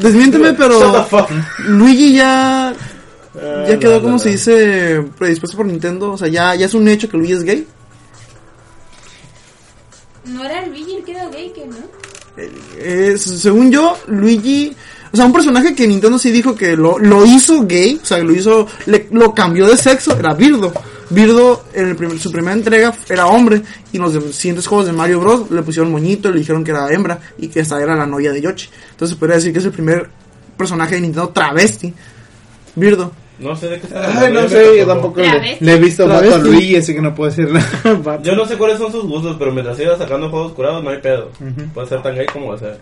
Speaker 6: Desmiénteme,
Speaker 4: Shut the
Speaker 6: pero.
Speaker 4: fuck. Ah,
Speaker 6: Luigi ya. Ya quedó,
Speaker 4: no,
Speaker 6: como
Speaker 4: no,
Speaker 6: se
Speaker 4: no.
Speaker 6: dice, predispuesto por Nintendo. O sea, ya, ya es un hecho que Luigi es gay.
Speaker 8: No era Luigi el que era gay, que no.
Speaker 6: Eh, según yo, Luigi. O sea, un personaje que Nintendo sí dijo que lo, lo hizo gay, o sea, lo hizo, le- lo cambió de sexo, era Birdo. Birdo, en el primer- su primera entrega, era hombre, y en los dem- siguientes juegos de Mario Bros. le pusieron moñito y le dijeron que era hembra, y que esta era la novia de Yoshi. Entonces podría decir que es el primer personaje de Nintendo travesti, Birdo.
Speaker 4: No sé de qué están
Speaker 9: Ay,
Speaker 4: hablando,
Speaker 9: no
Speaker 4: ya me
Speaker 9: sé, yo
Speaker 4: perturbó.
Speaker 9: tampoco
Speaker 8: La
Speaker 9: le,
Speaker 8: vez.
Speaker 9: le he visto
Speaker 6: La
Speaker 9: vato a
Speaker 6: vez.
Speaker 9: Luigi, así que no puedo decir nada.
Speaker 4: Yo no sé cuáles son sus gustos, pero mientras siga sacando juegos curados, no hay pedo. Puede ser tan gay como va a ser.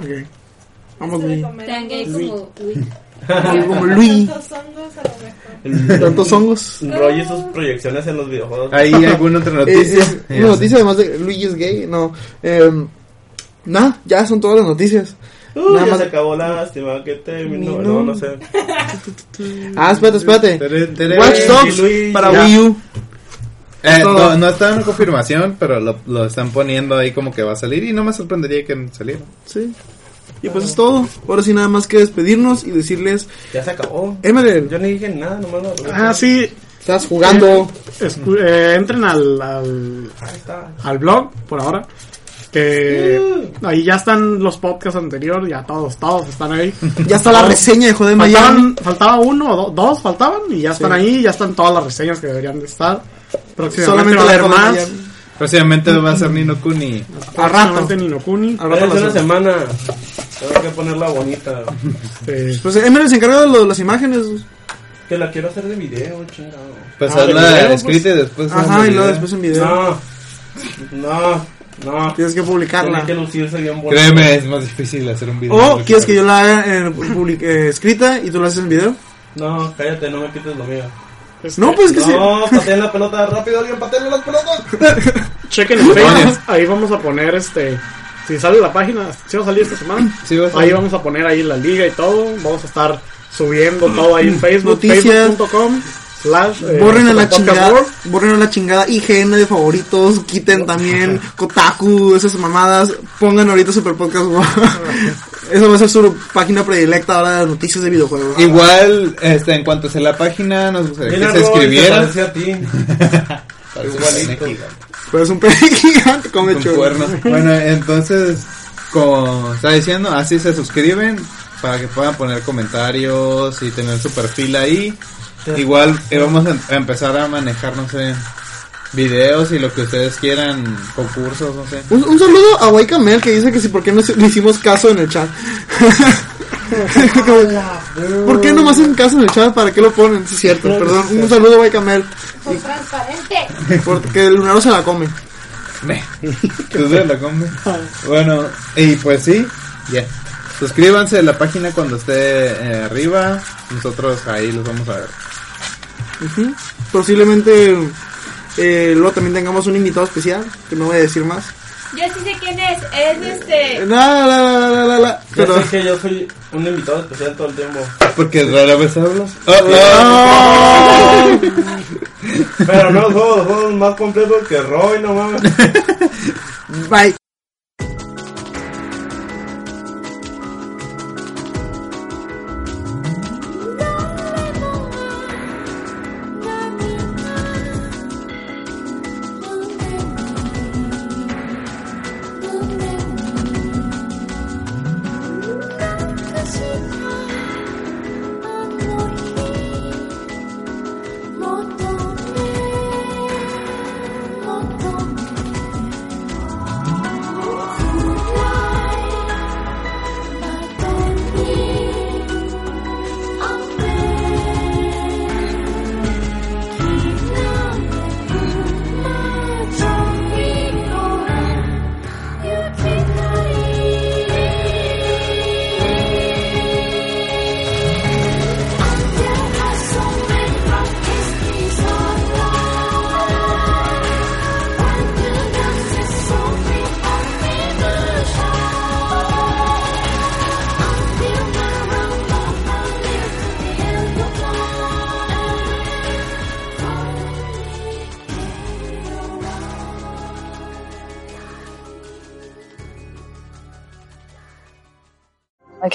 Speaker 6: Ok. Vamos,
Speaker 7: Se le
Speaker 6: Luigi.
Speaker 7: comerán
Speaker 8: Tan gay como Luigi.
Speaker 6: Como, como
Speaker 7: tantos
Speaker 6: Luigi.
Speaker 7: hongos a lo mejor.
Speaker 6: Tantos hongos.
Speaker 4: Roy y sus proyecciones en los videojuegos.
Speaker 9: ¿Hay alguna otra
Speaker 6: Eh,
Speaker 9: noticia?
Speaker 6: eh, una noticia además de que Luigi es gay, no. Eh, Nada, ya son todas las noticias.
Speaker 4: Uh,
Speaker 6: Nada
Speaker 4: ya
Speaker 6: más-
Speaker 4: se acabó lástima que terminó.
Speaker 6: Ni
Speaker 4: No,
Speaker 6: no.
Speaker 4: no sé.
Speaker 6: Ah, espérate, espérate.
Speaker 9: Tere, tere.
Speaker 6: Watch Dogs
Speaker 4: Luigi.
Speaker 6: para
Speaker 9: eh, Ya.
Speaker 6: Wii U.
Speaker 9: Eh,
Speaker 6: todo.
Speaker 9: no, no está en confirmación, pero lo, lo están poniendo ahí como que va a salir y no me sorprendería que saliera.
Speaker 6: Sí. Y pues es todo. Ahora sí, nada más que despedirnos y decirles:
Speaker 4: Ya se acabó.
Speaker 6: Emre,
Speaker 4: Yo no dije nada, nomás lo arruiné.
Speaker 5: Ah, sí,
Speaker 6: estás jugando.
Speaker 5: escu- eh, entren al, al,
Speaker 4: Ahí está.
Speaker 5: al blog por ahora. Que ahí ya están los podcasts anteriores, ya todos, todos están ahí.
Speaker 6: Ya está la reseña de Joder Miami.
Speaker 5: Faltaban, faltaba uno o do- dos, faltaban y ya están ahí, ya están todas las reseñas que deberían de estar. Próximamente
Speaker 6: Solamente
Speaker 5: va a haber
Speaker 6: la Joder
Speaker 5: más.
Speaker 6: Miami.
Speaker 9: Próximamente va a ser Nino Kuni.
Speaker 5: Al rato. Ninokuni.
Speaker 6: Al rato
Speaker 4: Hace una
Speaker 6: las-
Speaker 4: semana. Tengo que ponerla bonita.
Speaker 5: Este,
Speaker 6: Pues Emery se encarga de lo de las imágenes.
Speaker 4: Que la quiero hacer de video, chingado.
Speaker 9: Pues
Speaker 5: Ah,
Speaker 9: hazla
Speaker 5: de video, pues.
Speaker 9: escrita y después. hazla
Speaker 6: Ajá, y
Speaker 9: de
Speaker 6: luego
Speaker 9: video.
Speaker 6: después en video.
Speaker 4: No, no, no.
Speaker 6: Tienes que publicarla.
Speaker 4: Tiene que lucirse bien bonito.
Speaker 9: Créeme, es más difícil hacer un video.
Speaker 6: O Oh, quieres que yo la haga en public- eh, escrita y tú la haces en video.
Speaker 4: No, cállate, no me quites lo mío.
Speaker 5: este,
Speaker 6: No, pues que sí.
Speaker 4: No, pateen la pelota, rápido, alguien pateen las pelotas.
Speaker 5: Chequen el Facebook, ahí vamos a poner este. Si sale la página, si va a salir esta semana,
Speaker 9: Sí, va a salir.
Speaker 5: ahí vamos a poner ahí la liga y todo. Vamos a estar subiendo todo ahí en Facebook,
Speaker 6: Noticias.
Speaker 5: facebook.com. Slash, eh,
Speaker 6: Borren a la
Speaker 5: Podcast
Speaker 6: chingada,
Speaker 5: World.
Speaker 6: borren a la chingada IGN de favoritos, quiten también Kotaku, esas mamadas, pongan ahorita Super Podcast World. Eso va a ser su página predilecta ahora de noticias de videojuegos.
Speaker 9: Igual, este, en cuanto se la página, nos gustaría que se escribiera.
Speaker 4: Parece a ti. igualito.
Speaker 6: Pero es un pene gigante, come
Speaker 9: Con
Speaker 6: chulo.
Speaker 9: cuernos. Bueno, entonces, como está diciendo, así se suscriben para que puedan poner comentarios y tener su perfil ahí. Igual eh, vamos a em- a empezar a manejar, no sé, videos y lo que ustedes quieran, concursos, no sé.
Speaker 6: Un, un saludo a Waika Mel que dice que si por qué no se- le hicimos caso en el chat. Como, ¿Por qué no me hacen caso en el chat? ¿Para qué lo ponen? Sí, es cierto, perdón. Un saludo a Waika Mel,
Speaker 8: Soy transparente.
Speaker 6: porque el lunaro se la come.
Speaker 9: Tú se la comes. Bueno, y pues sí, ya. Suscríbanse a la página cuando esté eh, arriba. Nosotros ahí los vamos a ver.
Speaker 6: Ujú. Posiblemente eh, luego también tengamos un invitado especial, que no voy a decir más.
Speaker 8: Yo sí sé quién es. Es
Speaker 6: Eh,
Speaker 8: este.
Speaker 6: La, la, la, la, la, la, la.
Speaker 4: Yo
Speaker 6: Pero,
Speaker 4: sé que yo soy un invitado especial todo el tiempo.
Speaker 9: Porque rara vez Ah, hablas.
Speaker 4: Pero no, los juegos, los juegos más completos que Roy, no mames.
Speaker 6: bye.
Speaker 10: I